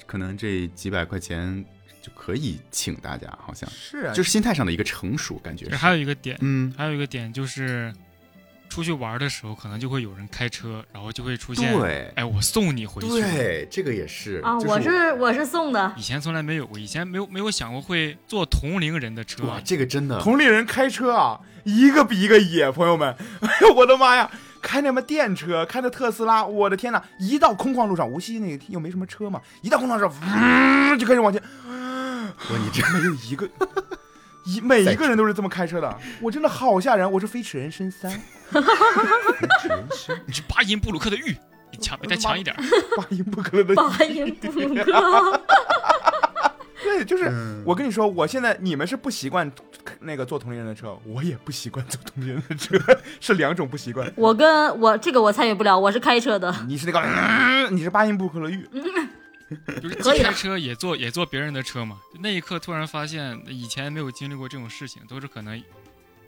S1: 可能这几百块钱就可以请大家，好像
S2: 是啊，
S1: 就是心态上的一个成熟，感觉
S4: 就是
S1: 是。
S4: 还有一个点，
S1: 嗯，
S4: 还有一个点就是，出去玩的时候可能就会有人开车，然后就会出现，
S1: 对
S4: 哎，我送你回去。
S1: 对，这个也是
S3: 啊，
S1: 嗯就是
S3: 我是我是 送的，
S4: 以前从来没有过，以前没有没有想过会坐同龄人的
S1: 哇，
S4: 车，啊
S1: 这个真的
S2: 同龄人开车啊，一个比一个野，朋友们， 哎呦我的妈呀！开那么电车，开那特斯拉，我的天呐！一到空旷路上，无锡那个又没什么车嘛，一到空旷路上， 嗡就开始往前。
S1: 哇你这
S2: 没有一个， 一每一个人都是这么开车的，我真的好吓人！我是《飞驰人生三》
S4: 是巴音布鲁克的玉，你强比他强一点儿。
S2: 巴音不可能的，
S3: 八音不克。
S2: 对，
S1: 嗯
S2: 就是我跟你说，我现在你们是不习惯那个坐同龄人的车，我也不习惯坐同龄人的车， 是两种不习惯。
S3: 我跟我这个我参与不了，我是开车的。
S2: 你是那个， 你是巴音不可乐玉，
S4: 就是
S3: 可以
S4: 既
S3: 了
S4: 开车也坐也坐别人的车嘛。就那一刻突然发现，以前没有经历过这种事情，都是可能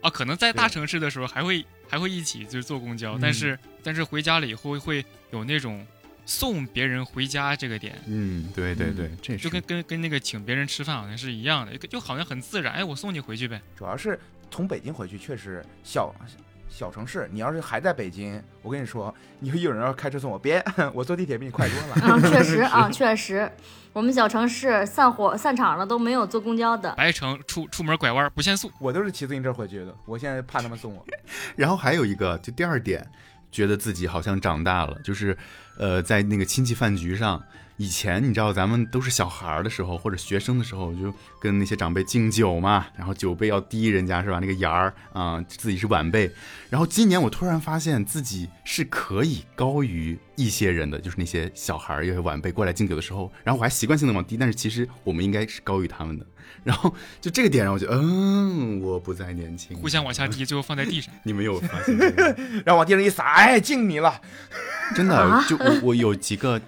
S4: 啊，可能在大城市的时候还会还会一起就是坐公交，但是但是回家了以后会有那种送别人回家这个点。
S1: 嗯，对对对，这
S4: 就是跟跟跟那个请别人吃饭好像是一样的，就就好像很自然，哎，我送你回去呗。
S2: 主要是从北京回去确实小小城市，你要是还在北京，我跟你说，你会有人要开车送我，别， 我坐地铁比你快多 了。
S3: 啊，确实啊，确实，我们小城市散伙散场了都没有坐公交的。
S4: 白城出出门拐弯不限速，
S2: 我都是骑自行车回去的，我现在怕他们送我。
S1: 然后还有一个，就第二点，觉得自己好像长大了，就是，呃，在那个亲戚饭局上，以前你知道咱们都是小孩儿的时候或者学生的时候，就跟那些长辈敬酒嘛，然后酒杯要低人家是吧？那个沿儿啊、自己是晚辈。然后今年我突然发现自己是可以高于一些人的，就是那些小孩儿、有些晚辈过来敬酒的时候，然后我还习惯性的往低，但是其实我们应该是高于他们的。然后就这个点让我觉得，嗯，我不再年轻了。
S4: 互相往下滴，最后放在地上。
S1: 你们有发现这个吗？
S2: 然后往地上一撒，哎，敬你了。
S1: 真的
S3: 啊，
S1: 就我我有几个，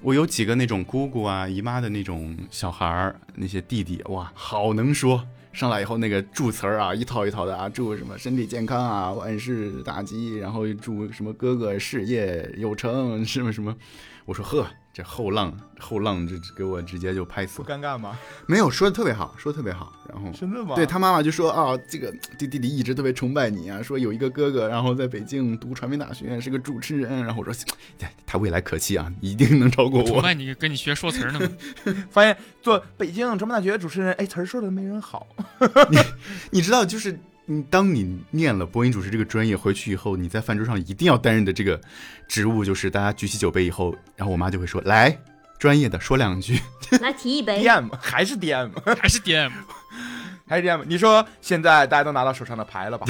S1: 我有几个那种姑姑啊、姨妈的那种小孩儿，那些弟弟，哇，好能说。上来以后，那个祝词儿啊，一套一套的啊，祝什么身体健康啊，万事大吉，然后祝什么哥哥事业有成，什么什么。我说呵，这后浪后浪，这这给我直接就拍死
S2: 不
S1: 了。
S2: 尴尬吗？
S11: 没有说的特别好，说的特别好，然后
S2: 真的吗？
S11: 对他妈妈就说啊，这个这弟弟一直特别崇拜你啊，说有一个哥哥，然后在北京读传媒大学，是个主持人。然后我说，哎他未来可期啊，一定能超过
S4: 崇
S1: 我。
S4: 拜你跟你学说词儿呢嘛，
S2: 发现做北京传媒大学主持人，哎，词儿说的没人好。
S1: 你知道，就是你当你念了播音主持这个专业回去以后，你在饭桌上一定要担任的这个职务，就是大家举起酒杯以后，然后我妈就会说，来，专业的说两句。
S3: 来提一杯，
S2: DM 还是 DM
S4: 还是 DM
S2: 还是 DM？你说现在大家都拿到手上的牌了吧？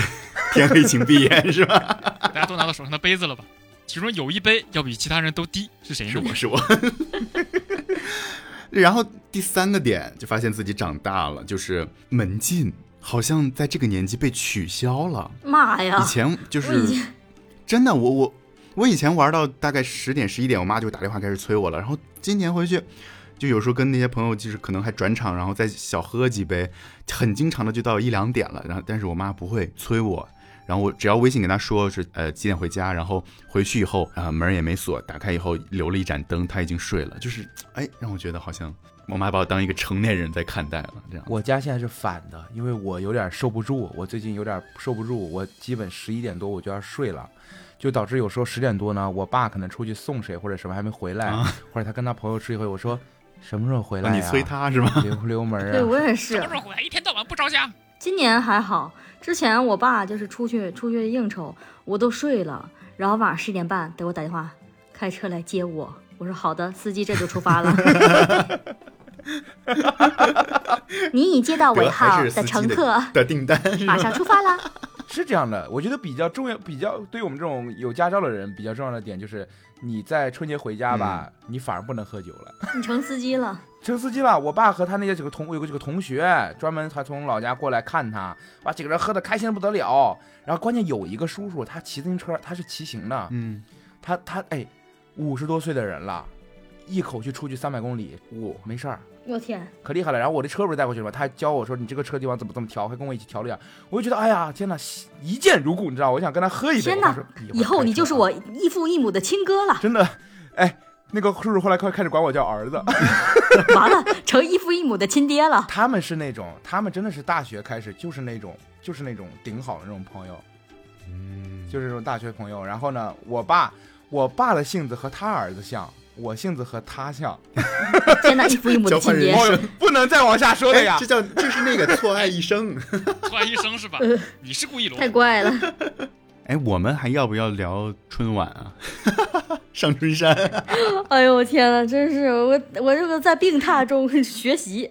S1: 天黑请闭眼， 是吧？
S4: 大家都拿到手上的杯子了吧？其中有一杯要比其他人都低，是谁
S1: 是
S4: 呢？
S1: 我是我。 然后第三个点就发现自己长大了，就是门禁好像在这个年纪被取消了。
S3: 妈呀
S1: 以！前就
S3: 啊我以
S1: 是
S3: 前
S1: 真的，我我我以前玩到大概十点十一点，我妈就打电话开始催我了。然后今年回去，就有时候跟那些朋友就是可能还转场，然后再小喝几杯，很经常的就到一两点了。然后但是我妈不会催我。然后我只要微信给她说是呃几点回家，然后回去以后啊、门也没锁，打开以后留了一盏灯，她已经睡了，就是哎让我觉得好像我妈把我当一个成年人在看待了这样。
S2: 我家现在是反的，因为我有点受不住，我最近有点受不住，我基本十一点多我就要睡了，就导致有时候十点多呢，我爸可能出去送谁或者什么还没回来，或者他跟他朋友吃一会，我说什么时候回来、
S1: 啊
S2: 啊
S1: 你催她是吗？
S2: 溜不溜门啊？
S3: 对我也
S4: 什
S3: 是
S4: 么，时候回来？一天到晚不着家。
S3: 今年还好，之前我爸就是出去出去应酬，我都睡了，然后晚上十点半给我打电话，开车来接我。我说好的，司机这就出 发了。您已接到尾
S1: 得
S3: 号
S1: 还是司机
S3: 乘客，
S1: 的订单
S3: 马上出发啦。
S2: 是这样的，我觉得比较重要，比较对我们这种有驾照的人比较重要的点就是，你在春节回家吧，
S1: 嗯
S2: 你反而不能喝酒了。
S3: 你成司机了，
S2: 成司机了，我爸和他那些几个同，我有个几个同学，专门还从老家过来看他，把几个人喝的开心的不得了。然后关键有一个叔叔，他骑自行车，他是骑行的，
S1: 嗯，
S2: 他他哎，五十多岁的人了，一口气出去三百公里，我没事儿，
S3: 我天，
S2: 可厉害了。然后我这车不是带过去了吗？他还教我说你这个车地方怎么怎么调，还跟我一起调了一下。我就觉得哎呀天哪，一见如故，你知道吗？我想跟他喝一杯。
S3: 天
S2: 哪
S3: 哪！以后你
S1: 啊
S3: 就是我异父异母的亲哥了。
S2: 真的，哎，那个叔叔后来快开始管我叫儿子。
S3: 完了，成异父异母的亲爹了。
S2: 他们是那种，他们真的是大学开始就是那种，就是那种顶好的那种朋友，嗯，就是这种大学朋友。然后呢，我爸，我爸的性子和他儿子像，我性子和 他像。
S3: 天哪，异父异母的
S1: 交换
S3: 亲
S1: 人
S3: 爹。
S1: 生
S2: 哦，不能再往下说了呀
S1: 哎这。叫这是那个错爱一生。
S4: 突然一声是吧？你是故意聋
S3: 太？怪了，
S1: 哎，我们还要不要聊春晚 啊？上春山，
S3: 哎呦我天呐，真是我我这个在病榻中学习，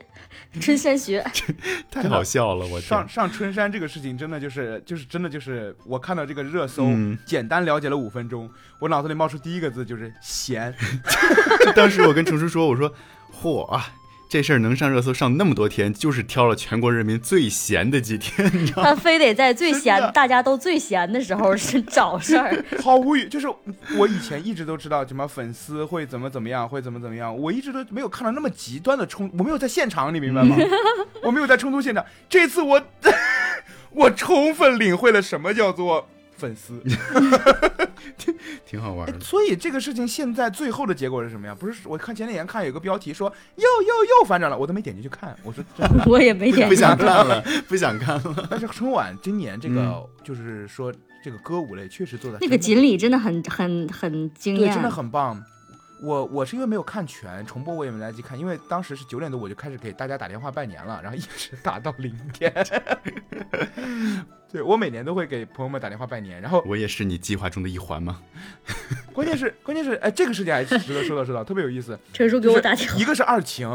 S3: 春山学，
S1: 太好笑了，我
S2: 上
S1: 天！
S2: 上春山这个事情真的就是就是真的就是我看到这个热搜，
S1: 嗯
S2: 简单了解了五分钟，我脑子里冒出第一个字就是闲，
S1: 当时我跟程叔说，我说，嚯啊，这事儿能上热搜上那么多天，就是挑了全国人民最闲的几天。
S3: 他非得在最
S2: 真的
S3: 闲、大家都最闲的时候是找事儿。
S2: 好无语。就是我以前一直都知道什么粉丝会怎么怎么样，会怎么怎么样，我一直都没有看到那么极端的冲，我没有在现场，你明白吗？ 我没有在冲突现场。这次我 我充分领会了什么叫做粉丝。
S1: 挺好玩
S2: 哎
S1: 的。
S2: 所以这个事情现在最后的结果是什么呀？不是我看前几天看有个标题说又又又翻转了，我都没点进去看。我说真的，
S3: 我 也没点
S1: 不想看 了，不想看了。
S2: 但是春晚今年这个就是说这个歌舞类确实做的
S3: 那个锦鲤真的很很很惊
S2: 对，
S3: 艳，
S2: 真的很棒。我我是因为没有看全重播，我也没来得及看，因为当时是九点多我就开始给大家打电话拜年了，然后一直打到零点。 对我每年都会给朋友们打电话拜年，然后
S1: 我也是你计划中的一环吗？
S2: 关键是关键是哎，这个事情还值得说道说道，特别有意思。
S3: 陈叔给我打电话，
S2: 一个是二晴，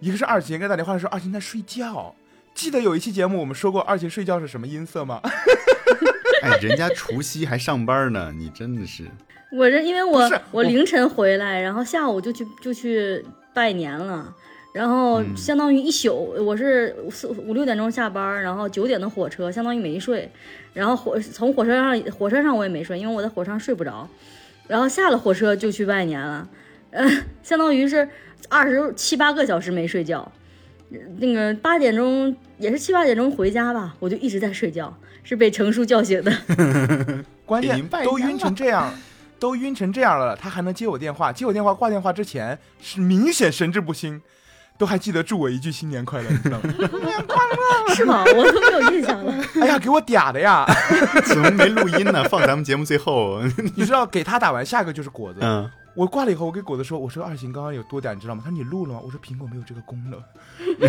S2: 一个是二晴，给他打电话说二晴在睡觉。记得有一期节目我们说过二晴睡觉是什么音色吗？
S1: 哎，人家除夕还上班呢，你真的 是
S3: 我这因为我
S2: 不是我
S3: 我凌晨回来，然后下午就去就去拜年了。然后
S2: 嗯
S3: 相当于一宿，我是四五六点钟下班，然后九点的火车，相当于没睡。然后火从火车上火车上我也没睡，因为我在火车上睡不着。然后下了火车就去拜年了，呃，相当于是二十七八个小时没睡觉。那个八点钟也是七八点钟回家吧，我就一直在睡觉，是被程叔叫醒的。
S2: 关
S1: 给
S2: 键
S1: 您拜
S2: 都
S1: 年
S2: 晕成这样， 都晕成这样了，他还能接我电话？接我电话挂电话之前是明显神志不清，都还记得祝我一句新年快乐，你知道吗？
S3: 是吗？我都没有印象了。
S2: 哎呀，给我嗲的呀！
S1: 怎么没录音呢？放咱们节目最后，
S2: 你知道给他打完，下一个就是果子。
S1: 嗯，
S2: 我挂了以后，我给果子说：“我说二型刚刚有多嗲，你知道吗？”他说：“你录了吗？”我说：“苹果没有这个功能。”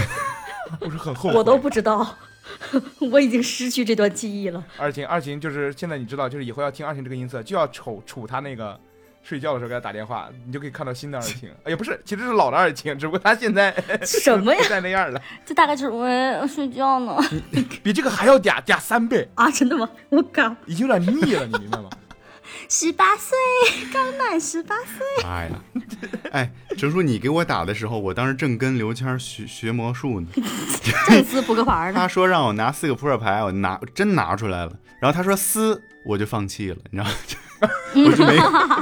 S2: 我说很后悔，
S3: 我都不知道， 我已经失去这段记忆了。
S2: 二琴，二琴就是现在你知道，就是以后要听二琴这个音色，就要瞅杵他那个睡觉的时候给他打电话，你就可以看到新的 二琴。哎呀，不是，其实是老的二琴，只不过他现在
S3: 什么呀
S2: 不？再那样了，
S3: 这大概就是我睡觉呢
S2: 比这个还要嗲嗲三倍，
S3: 啊！真的吗？我靠！
S2: 已经有点腻了，你明白吗？
S3: 十八岁，刚满十八 岁。
S12: 妈呀！
S1: 哎，程叔，你给我打的时候，我当时正跟刘谦儿学学魔术呢。
S3: 正撕扑克牌呢
S1: 他，说让我拿四个扑克牌，我拿真拿出来了。然后他说撕，我就放弃了，你知道吗？ 我 就没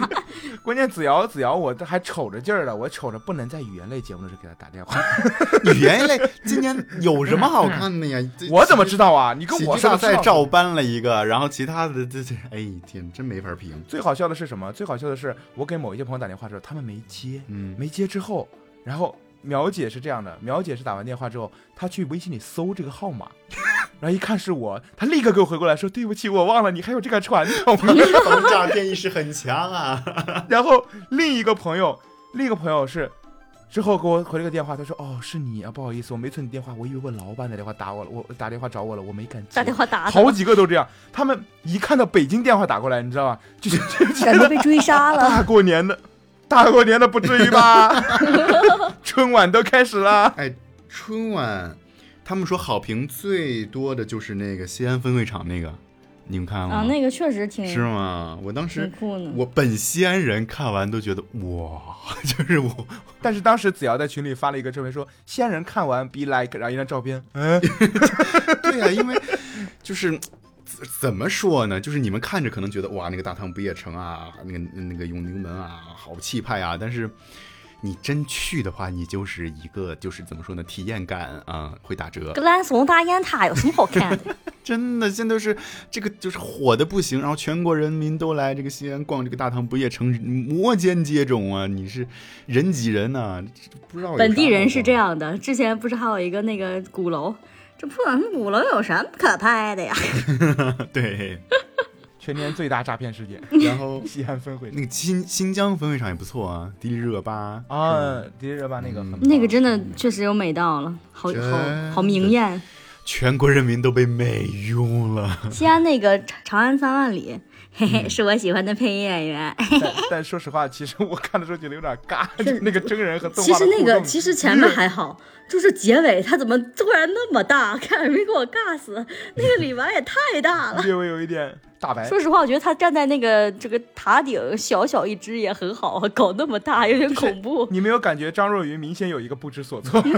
S2: 关键子瑶，子瑶，我这还瞅着劲儿了，我瞅着不能在语言类节目的时候给他打电话。
S1: 语言类，今年有什么好看的呀？这
S2: 我怎么知道啊？你跟
S1: 喜
S2: 我
S1: 剧
S2: 说
S1: 大
S2: 的
S1: 赛
S2: 是
S1: 照搬了一个，然后其他的这这，哎天，真没法评。
S2: 最好笑的是什么？最好笑的是，我给某一些朋友打电话的时候，他们没接，
S1: 嗯，
S2: 没接之后，然后苗姐是这样的，苗姐是打完电话之后，她去微信里搜这个号 码，然后一看是我，她立刻给我回过来说对不起，我忘了你还有这个传统。
S1: 防诈骗意识很强啊。
S2: 然后另一个朋友，另一个朋友是之后给我回了个电话，他说哦是你啊，不好意思，我没存你电话，我以为我老板打电话打我了，我打电话找我了，我没敢接。
S3: 打电话打他，
S2: 好几个都这样，他们一看到北京电话打过来，你知道吧？就是 就觉
S3: 感
S2: 得
S3: 觉被追杀了。
S2: 大过年的，大过年的不至于吧？ 春晚都开始了，
S1: 春晚，他们说好评最多的就是那个西安分会场那个，你们看了吗？
S3: 啊，那个确实挺
S1: 是吗？我当时
S3: 挺酷呢。
S1: 我本西安人看完都觉得哇，就是 我
S2: 但是当时子瑶在群里发了一个照片，说西安人看完 be like，然后一张照片，嗯，
S1: 对呀、因为就是。怎怎么说呢？就是你们看着可能觉得哇，那个大唐不夜城啊，那个那个永宁门啊，好气派啊。但是你真去的话，你就是一个就是怎么说呢，体验感啊、会打折。
S3: 格兰松大雁塔有什么好看的？
S1: 真的，现在都是这个就是火的不行，然后全国人民都来这个西安逛这个大唐不夜城，摩肩接踵啊！你是人挤人呐、不知道有啥
S3: 本地人是这
S1: 好
S3: 样的，之前不是还有一个那个鼓楼，这不管鼓楼有什么可拍的呀？
S1: 逛，对。
S2: 全年最大诈骗事件，
S1: 然后
S2: 西安分会
S1: 那个新新疆分会场也不错啊，迪丽热巴
S2: 啊，迪丽热巴那个很棒
S3: 那个真的确实有美到了，好
S1: 真
S3: 好好明艳。
S1: 全国人民都被美晕了。
S3: 西安那个《长长安三万里》， 嘿嘿，是我喜欢的配音演员。哎
S2: 但但说实话，其实我看的时候觉得有点尬，就是那个真人和动
S3: 其
S2: 画的
S3: 实
S2: 互动。
S3: 那个其实前面还好，就是结尾他怎么突然那么大，看没给我尬死， 那个李白也太大了。
S2: 略微有一点大白，
S3: 说实话，我觉得他站在那个这个塔顶，小小一只也很好，啊，搞那么大有点恐怖。
S2: 你没有感觉张若昀明显有一个不知所 措？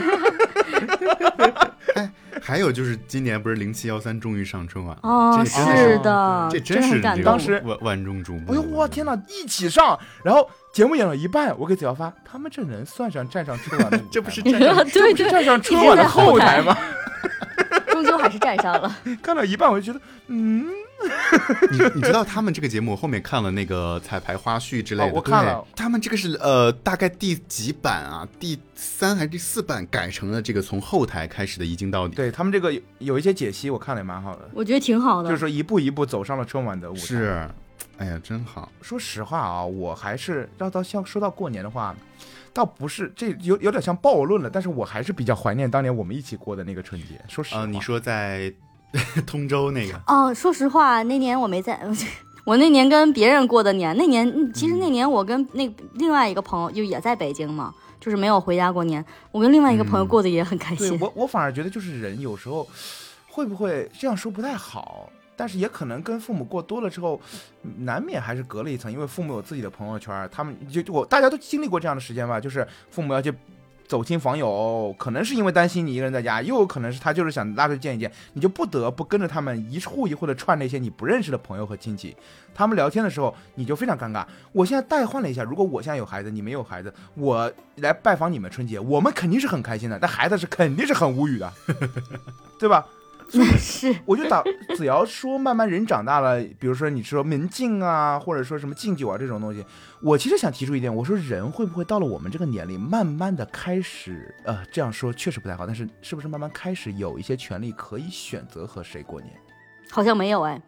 S1: 还有就是今年不是零七幺三终于上春晚了，
S3: 哦，
S1: 这真是
S3: 是的，
S1: 这
S3: 真
S1: 是
S3: 很
S1: 这
S3: 感
S1: 个
S3: 动。
S2: 当时
S1: 万万众瞩目。
S2: 哎呦，我天！哪，一起上，然后节目演到一半，我给子瑶发，他们这人算上站上春晚的舞台吗，
S1: 这不 是站上
S3: 对对，
S2: 站上春
S3: 一直
S2: 晚
S3: 在
S2: 的后
S3: 台
S2: 台吗？？
S3: 终究还是站上了。
S2: 看到一半我就觉得，嗯，
S1: 你你知道他们这个节目，我后面看了那个彩排花絮之类的，
S2: 哦我看
S1: 对
S2: 了
S1: 他们这个是呃，大概第几版啊？第三还是第四版改成了这个从后台开始的一镜到底。
S2: 对他们这个有有一些解析，我看了也蛮好的，
S3: 我觉得挺好
S2: 就是
S3: 的，
S2: 说一步一步走上了春晚的舞台。，
S1: 是，哎呀，真好。
S2: 说实话啊，我还是要到像说到过年的话，倒不是这有有点像暴论了，但是我还是比较怀念当年我们一起过的那个春节。说实话，
S1: 呃，你说在 通州那个，
S3: 哦，说实话，那年我没在， 我那年跟别人过的年，那年嗯其实那年我跟那另外一个朋友就也在北京嘛，就是没有回家过年。我跟另外一个朋友过得也很开
S2: 嗯对
S3: 心。
S2: 我，我反而觉得就是人有时候会不会这样说不太好，但是也可能跟父母过多了之后，难免还是隔了一层，因为父母有自己的朋友圈儿，他们就我大家都经历过这样的时间吧，就是父母要去。走亲访友，可能是因为担心你一个人在家，又有可能是他就是想拉出去见一见，你就不得不跟着他们一户一户的串那些你不认识的朋友和亲戚。他们聊天的时候，你就非常尴尬。我现在代换了一下，如果我现在有孩子，你没有孩子，我来拜访你们春节，我们肯定是很开心的，但孩子是肯定是很无语的，对吧？
S3: 那是
S2: 我就打子瑶说，慢慢人长大了，比如说你说门禁啊，或者说什么敬酒啊这种东西，我其实想提出一点，我说人会不会到了我们这个年龄，慢慢的开始，呃，这样说确实不太好，但是是不是慢慢开始有一些权利可以选择和谁过年？
S3: 好像没有哎，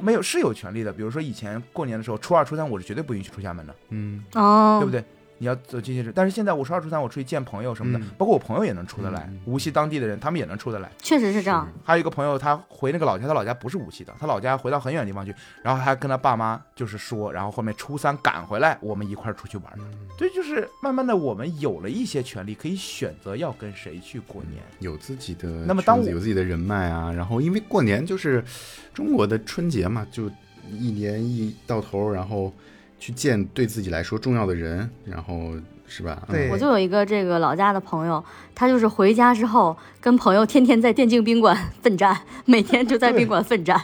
S2: 没有是有权利的，比如说以前过年的时候，初二初三我是绝对不允许出家门的。
S1: 嗯，
S3: 哦，
S2: 对不对？你要走进去吃，但是现在我初二、初三我出去见朋友什么的，
S1: 嗯
S2: 包括我朋友也能出得来，
S1: 嗯嗯
S2: 无锡当地的人他们也能出得来。
S3: 确实是这样。
S2: 还有一个朋友他回那个老家，他老家不是无锡的，他老家回到很远的地方去，然后还跟他爸妈就是说，然后后面初三赶回来，我们一块儿出去玩儿。
S1: 嗯
S2: 对，就是慢慢的我们有了一些权利，可以选择要跟谁去过年。
S1: 有自己的圈子，
S2: 那么当我
S1: 有自己的人脉啊，然后因为过年就是中国的春节嘛，就
S6: 一年一到头，然后去见对自己来说重要的人，然后是吧？嗯
S2: 对
S3: 我就有一个这个老家的朋友，他就是回家之后跟朋友天天在电竞宾馆 奋战，每天就在宾馆奋战，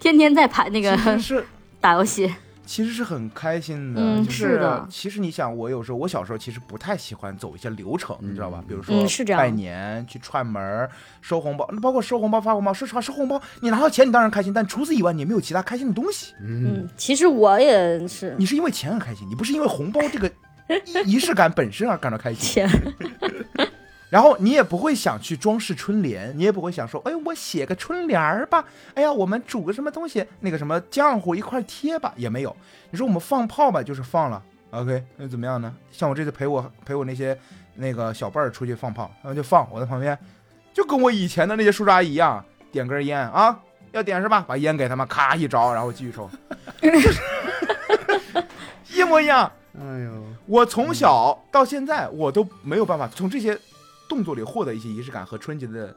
S3: 天天在排那个
S2: 其实是
S3: 打游戏。
S2: 其实是很开心的，
S3: 嗯
S2: 就是
S3: 的
S2: 其实你想，我有时候我小时候其实不太喜欢走一些流程，你知道吧？比如说
S3: 嗯是这样
S2: 拜年、去串门儿、收红包，包括收红包、发红包。说实话，收红包你拿到钱你当然开心，但除此以外你也没有其他开心的东西。
S3: 嗯，其实我也是
S2: 你是因为钱而开心，你不是因为红包这个 仪仪式感本身而感到开心。
S3: 天，
S2: 然后你也不会想去装饰春联，你也不会想说，哎，我写个春联儿吧，哎呀，我们煮个什么东西，那个什么浆糊一块儿贴吧，也没有。你说我们放炮吧，就是放了，OK，那怎么样呢？像我这次陪我陪我那些那个小伴儿出去放炮，然后就放，我在旁边，就跟我以前的那些叔叔阿姨一样，点根烟啊，要点是吧？把烟给他们，咔一着，然后继续抽， 就是一模一样。
S6: 哎呦，
S2: 我从小到现在，我都没有办法从这些动作里获得一些仪式感和春节的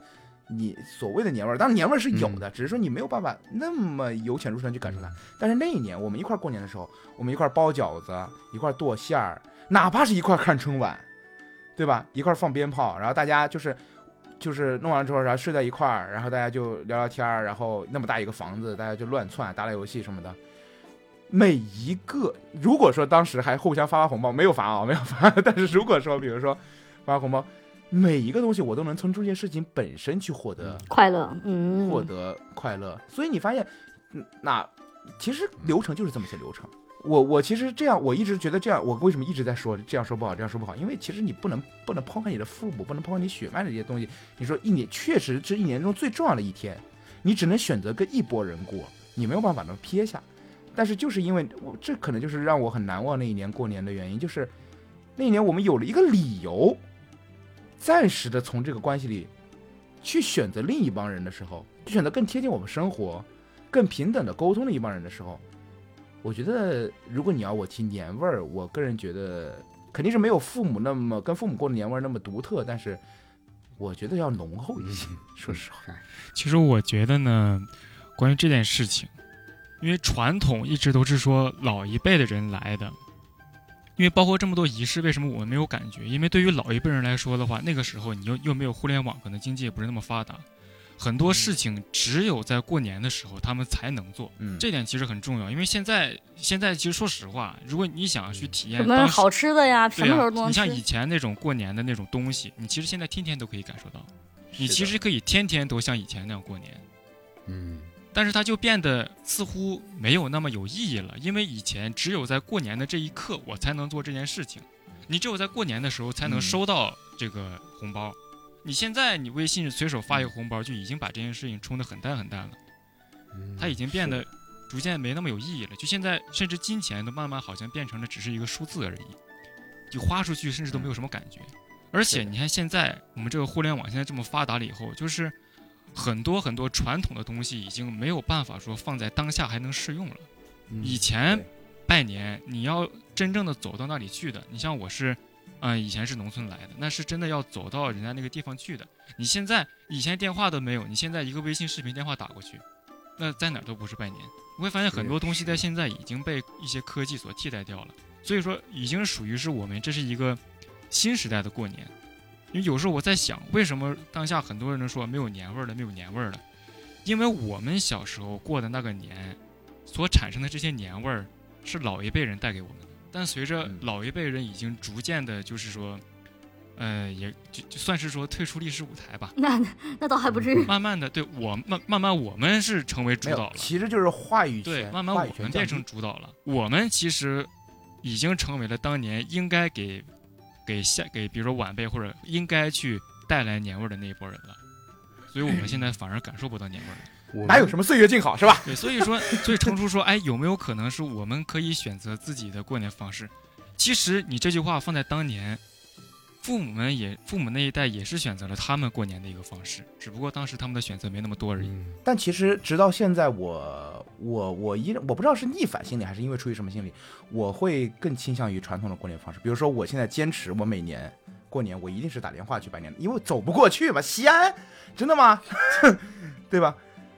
S2: 你所谓的年味儿。当然年味儿是有的，只是说你没有办法那么由浅入深地去感受它。但是那一年我们一块儿过年的时候，我们一块儿包饺子，一块儿剁馅儿，哪怕是一块儿看春晚，对吧？一块儿放鞭炮，然后大家就是。就是弄完之后，然后睡在一块儿，然后大家就聊聊天儿，然后那么大一个房子，大家就乱窜、打打游戏什么的。每一个，如果说当时还互相发发红包，没有发啊，没有发，但是如果说，比如说发红包，每一个东西我都能从这件事情本身去获得
S3: 快乐，嗯，
S2: 获得快乐，所以你发现，嗯那其实流程就是这么些流程。我我其实这样，我一直觉得这样，我为什么一直在说这样说不好，这样说不好？因为其实你不能不能抛开你的父母，不能抛开你血脉的这些东西。你说一年确实是一年中最重要的一天，你只能选择跟一拨人过，你没有办法能撇下。但是就是因为我这可能就是让我很难忘那一年过年的原因，就是那一年我们有了一个理由，暂时的从这个关系里去选择另一帮人的时候，去选择更贴近我们生活、更平等的沟通的一帮人的时候，我觉得如果你要我提年味儿，我个人觉得肯定是没有父母那么跟父母过的年味儿那么独特，但是我觉得要浓厚一些。说实话，
S4: 其实我觉得呢，关于这件事情，因为传统一直都是说老一辈的人来的，因为包括这么多仪式，为什么我们没有感觉？因为对于老一辈人来说的话，那个时候你又又没有互联网，可能经济也不是那么发达，很多事情只有在过年的时候他们才能做，
S2: 嗯，
S4: 这点其实很重要。因为现在现在其实说实话，如果你想去体验
S3: 什
S4: 当
S3: 么
S4: 时
S3: 好吃的呀，什
S4: 对
S3: 么
S4: 呀，
S3: 时候都能
S4: 你像
S3: 吃
S4: 以。前那种过年的那种东西，你其实现在天天都可以感受到，你其实可以天天都像以前那样过年，
S6: 嗯，
S4: 但是它就变得似乎没有那么有意义了，因为以前只有在过年的这一刻，我才能做这件事情，你只有在过年的时候才能收到这个红包。你现在你微信随手发一个红包，就已经把这件事情冲得很淡很淡了，
S1: 嗯
S4: 它已经变得逐渐没那么有意义了。就现在，甚至金钱都慢慢好像变成了只是一个数字而已，就花出去甚至都没有什么感觉。而且你看现在我们这个互联网现在这么发达了以后，就是很多很多传统的东西已经没有办法说放在当下还能适用了。
S1: 嗯
S4: 以前
S2: 对
S4: 拜年，你要真正的走到那里去的，你像我是，嗯、以前是农村来的，那是真的要走到人家那个地方去的。你现在以前电话都没有，你现在一个微信视频电话打过去，那在哪儿都不是拜年。你会发现很多东西在现在已经被一些科技所替代掉了，所以说已经属于是我们这是一个新时代的过年。因为有时候我在想，为什么当下很多人都说没有年味儿了，没有年味儿了？因为我们小时候过的那个年，所产生的这些年味儿，是老一辈人带给我们的。但随着
S2: 嗯
S4: 老一辈人已经逐渐的，就是说，呃，也就就算是说退出历史舞台吧，
S3: 那 那倒还不至于，
S4: 慢慢的，对我慢慢慢我们是成为主
S2: 没
S4: 导
S2: 有
S4: 了，，
S2: 其实就是话语
S4: 对，
S2: 权，
S4: 慢慢
S2: 话语
S4: 我
S2: 权
S4: 们
S2: 降
S4: 变
S2: 低
S4: 成主导了。我们其实已经成为了当年应该给给下给，比如说晚辈或者应该去带来年味儿的那一波人了。所以我们现在反而感受不到年味儿了。
S6: 嗯我
S2: 哪有什么岁月静好是吧？
S4: 对，所以说，所以程叔说，哎，有没有可能是我们可以选择自己的过年方式？其实你这句话放在当年，父母们也父母那一代也是选择了他们过年的一个方式，只不过当时他们的选择没那么多而已。
S6: 嗯
S2: 但其实直到现在我，我我依然我不知道是逆反心理还是因为出于什么心理，我会更倾向于传统的过年方式。比如说，我现在坚持我每年过年我一 定是打电话去拜年，因为我走不过去嘛，西安真的吗？对吧？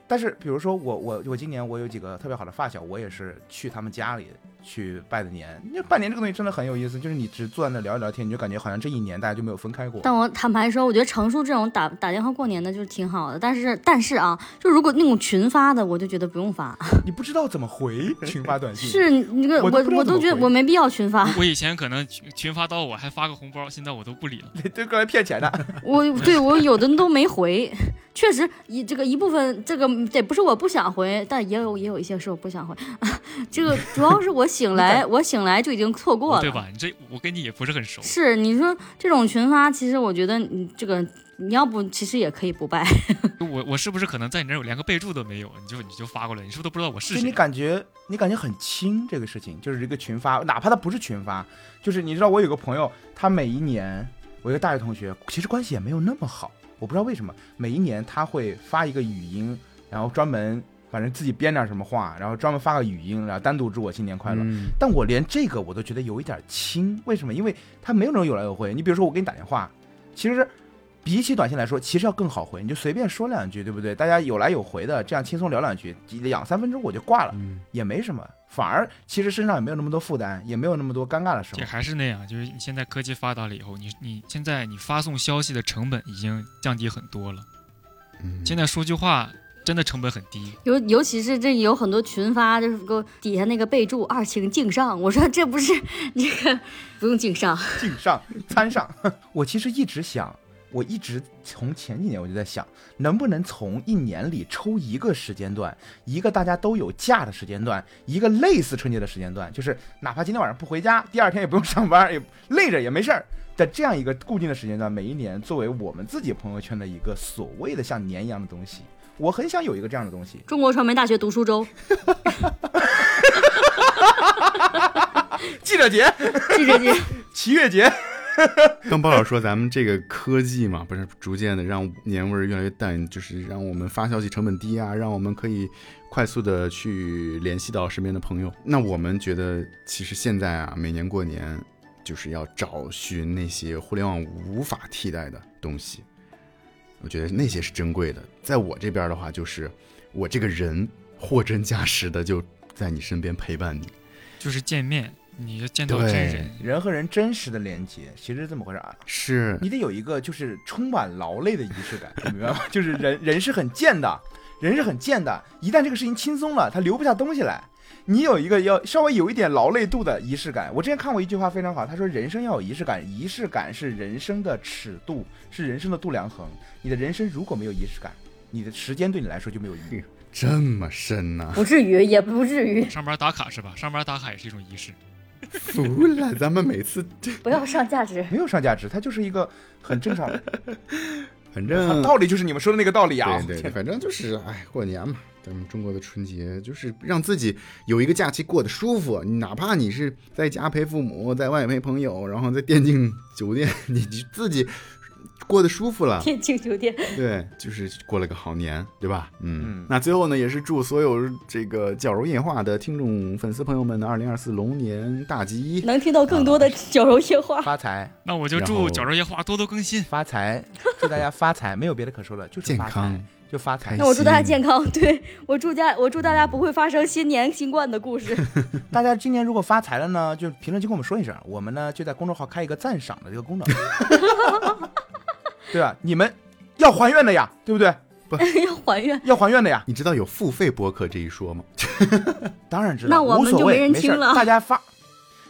S2: 但是比如说我我我今年我有几个特别好的发小，我也是去他们家里去拜的年。因为拜年这个东西真的很有意思，就是你只坐在那聊一聊天，你就感觉好像这一年大家就没有分开过。
S3: 但我坦白说，我觉得成叔这种打打电话过年的就是挺好的，但是但是啊，就如果那种群发的，我就觉得不用发。
S2: 你不知道怎么回群发短信，
S3: 是你这个
S2: 我
S3: 我
S2: 都不知道
S3: 我
S2: 怎
S3: 都
S2: 么
S3: 觉得
S2: 回
S3: 我没必要群 发，
S4: 我以前可能群群发到我还发个红包，现在我都不理了。
S2: 对，过来骗钱的。
S3: 我对我有的都没回。确实，一这个一部分，这个得不是我不想回，但也有也有一些是我不想回。 这个主要是我醒来，我醒来就已经错过了，
S4: 哦对吧？你这我跟你也不是很 熟，
S3: 是你说这种群发，其实我觉得你这个你要不其实也可以不拜，
S4: 我我是不是可能在你那儿连个备注都没有，你就你就发过来，你是不是都不知道我是
S2: 就你
S4: 谁？
S2: 感觉你感觉很轻这个事情，就是一个群发，哪怕他不是群发，就是你知道我有个朋友，他每一年我一个大学同学，其实关系也没有那么好，我不知道为什么，每一年他会发一个语音，然后专门反正自己编点什么话，然后专门发个语音，然后单独祝我新年快乐。
S1: 嗯
S2: 但我连这个我都觉得有一点轻，为什么？因为他没有那种有来有回。你比如说我给你打电话，其实比起短信来说，其实要更好回，你就随便说两句，对不对？大家有来有回的，这样轻松聊两句，两三分钟我就挂了，
S1: 嗯
S2: 也没什么。反而其实身上也没有那么多负担，也没有那么多尴尬的时候
S4: 这。还是那样，就是你现在科技发达了以后，你你现在你发送消息的成本已经降低很多了。
S1: 嗯
S4: 现在说句话真的成本很低，
S3: 尤尤其是这有很多群发，就是给我底下那个备注“二请敬上”，我说这不是这个不用敬上，
S2: 敬上 参上。我其实一直想，我一直从前几年我就在想，能不能从一年里抽一个时间段，一个大家都有假的时间段，一个类似春节的时间段，就是哪怕今天晚上不回家，第二天也不用上班，也累着也没事儿。的这样一个固定的时间段，每一年作为我们自己朋友圈的一个所谓的像年一样的东西，我很想有一个这样的东西。
S3: 中国传媒大学读书周、
S2: 记者节、
S3: 记者节，
S2: 七月节，
S1: 刚包老师说，咱们这个科技嘛，不是逐渐的让年味儿越来越淡，就是让我们发消息成本低啊，让我们可以快速的去联系到身边的朋友。那我们觉得，其实现在啊，每年过年就是要找寻那些互联网无法替代的东西，我觉得那些是珍贵的。在我这边的话，就是我这个人货真价实的就在你身边陪伴你。
S4: 就是见面，你要见到真
S1: 对
S4: 人，，
S2: 人和人真实的连接，其实是这么回事儿啊。
S1: 是
S2: 你得有一个就是充满劳累的仪式感，你明白吗？ 就是人人是很贱的，人是很贱的，一旦这个事情轻松了，他留不下东西来。你有一个要稍微有一点劳累度的仪式感。我之前看过一句话非常好，他说人生要有仪式感，仪式感是人生的尺度，是人生的度量衡。你的人生如果没有仪式感，你的时间对你来说就没有意义。
S1: 这么深呐、
S3: 不至于，也不至于，
S4: 上班打卡是吧？上班打卡也是一种仪式。
S1: 服了，咱们每次
S3: 不要上价值。
S2: 没有上价值，它就是一个很 正常的
S1: 反正
S2: 道理，就是你们说的那个道理啊。
S1: 对对，反正就是哎，过年嘛，咱们中国的春节就是让自己有一个假期过得舒服，哪怕你是在家陪父母，在外陪朋友，然后在电竞酒店，你你自己过得舒服了，
S3: 天津酒店，
S1: 对，就是过了个好年，对吧？嗯，
S2: 嗯
S1: 那最后呢，也是祝所有这个矫揉夜话的听众粉丝朋友们的二零二四龙年大吉！
S3: 能听到更多的矫揉夜话。
S2: 发财
S4: 那我就
S1: 然后
S4: 祝绞肉夜话多多更新。
S2: 发财，祝大家发财，没有别的可说的，就是
S1: 健
S2: 发财
S1: 康，
S2: 就发财
S1: 开。
S3: 那我祝大家
S1: 心
S3: 健康，对我祝家我祝大家不会发生新年新冠的故事。
S2: 大家今年如果发财了呢，就评论区跟我们说一声，我们呢就在公众号开一个赞赏的这个功能，对吧？你们要还愿的呀，对不对？
S3: 要还愿，
S2: 要还愿的呀，
S1: 你知道有付费播客这一说吗？
S2: 当然知道，
S3: 那我们
S2: 无所
S3: 就
S2: 谓
S3: 没人听
S2: 事儿
S3: 了
S2: 大家发，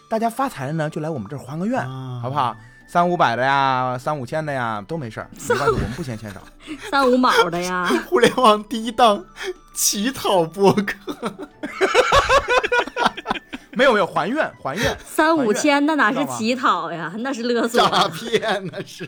S2: 大家发财了呢，就来我们这儿还个愿，
S1: 啊
S2: 好不好？三五百的呀，三五千的呀，都没事 儿，没关系，我们不嫌钱少。
S3: 三五毛的呀，
S1: 互联网第一档乞讨播客。
S2: 没有没有，还愿还愿，
S3: 三五千那哪
S2: 知
S3: 是
S2: 道吗
S3: 乞讨呀，那是勒索。
S1: 诈骗那是，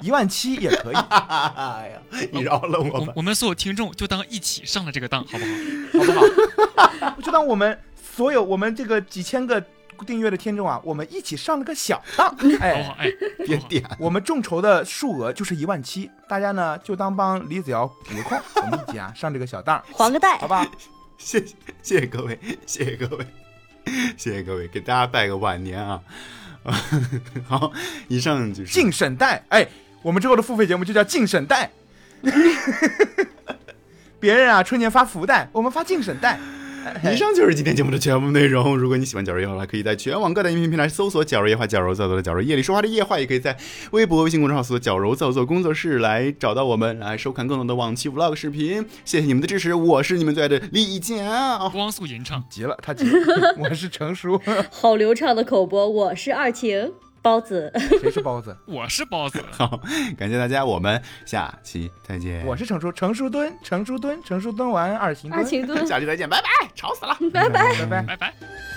S2: 一万七也可以，
S1: 哎呀，你饶了我
S4: 我
S1: 吧！
S4: 我们所有听众就当一起上了这个当，好不好？
S2: 好不好？就当我们所有我们这个几千个订阅的听众啊，我们一起上了个小 当，
S4: 好不
S2: 哎
S4: 好？，哎，
S1: 别点，
S2: 我们众筹的数额就是一万七，大家呢就当帮李子瑶补个空，我们一起啊上这个小当，
S3: 还个
S2: 好
S3: 贷，
S2: 吧？
S1: 谢谢谢谢各位，谢谢各位， 谢谢各位，给大家拜个晚年啊！ 好，以上就是
S2: 敬沈代，哎，我们之后的付费节目就叫敬沈代。 别人啊，春节发福袋，我们发竞审袋。
S1: 以上就是今天节目的全部内容。如果你喜欢“绞肉夜话”，可以在全网各大音频平台搜索“绞肉夜话”，绞肉造作的绞肉，夜里说话的夜话，也可以在微博、微信公众号搜索“绞肉造作工作室”来找到我们，来收看更多的往期 vlog 视频。谢谢你们的支持，我是你们最爱的李啊佳。
S4: 光速吟唱。
S2: 急了，他急了，我是成叔，
S3: 好流畅的口播，我是二晴包子，
S2: 谁是包子？
S4: 我是包子，
S1: 好，感谢大家，我们下期再见。
S2: 我是成叔，成叔蹲，成叔蹲，成叔蹲完二行
S3: 二
S2: 蹲，
S3: 晴炖。
S1: 下期再见，拜拜，吵死了。
S2: 拜拜拜拜。
S4: 拜拜。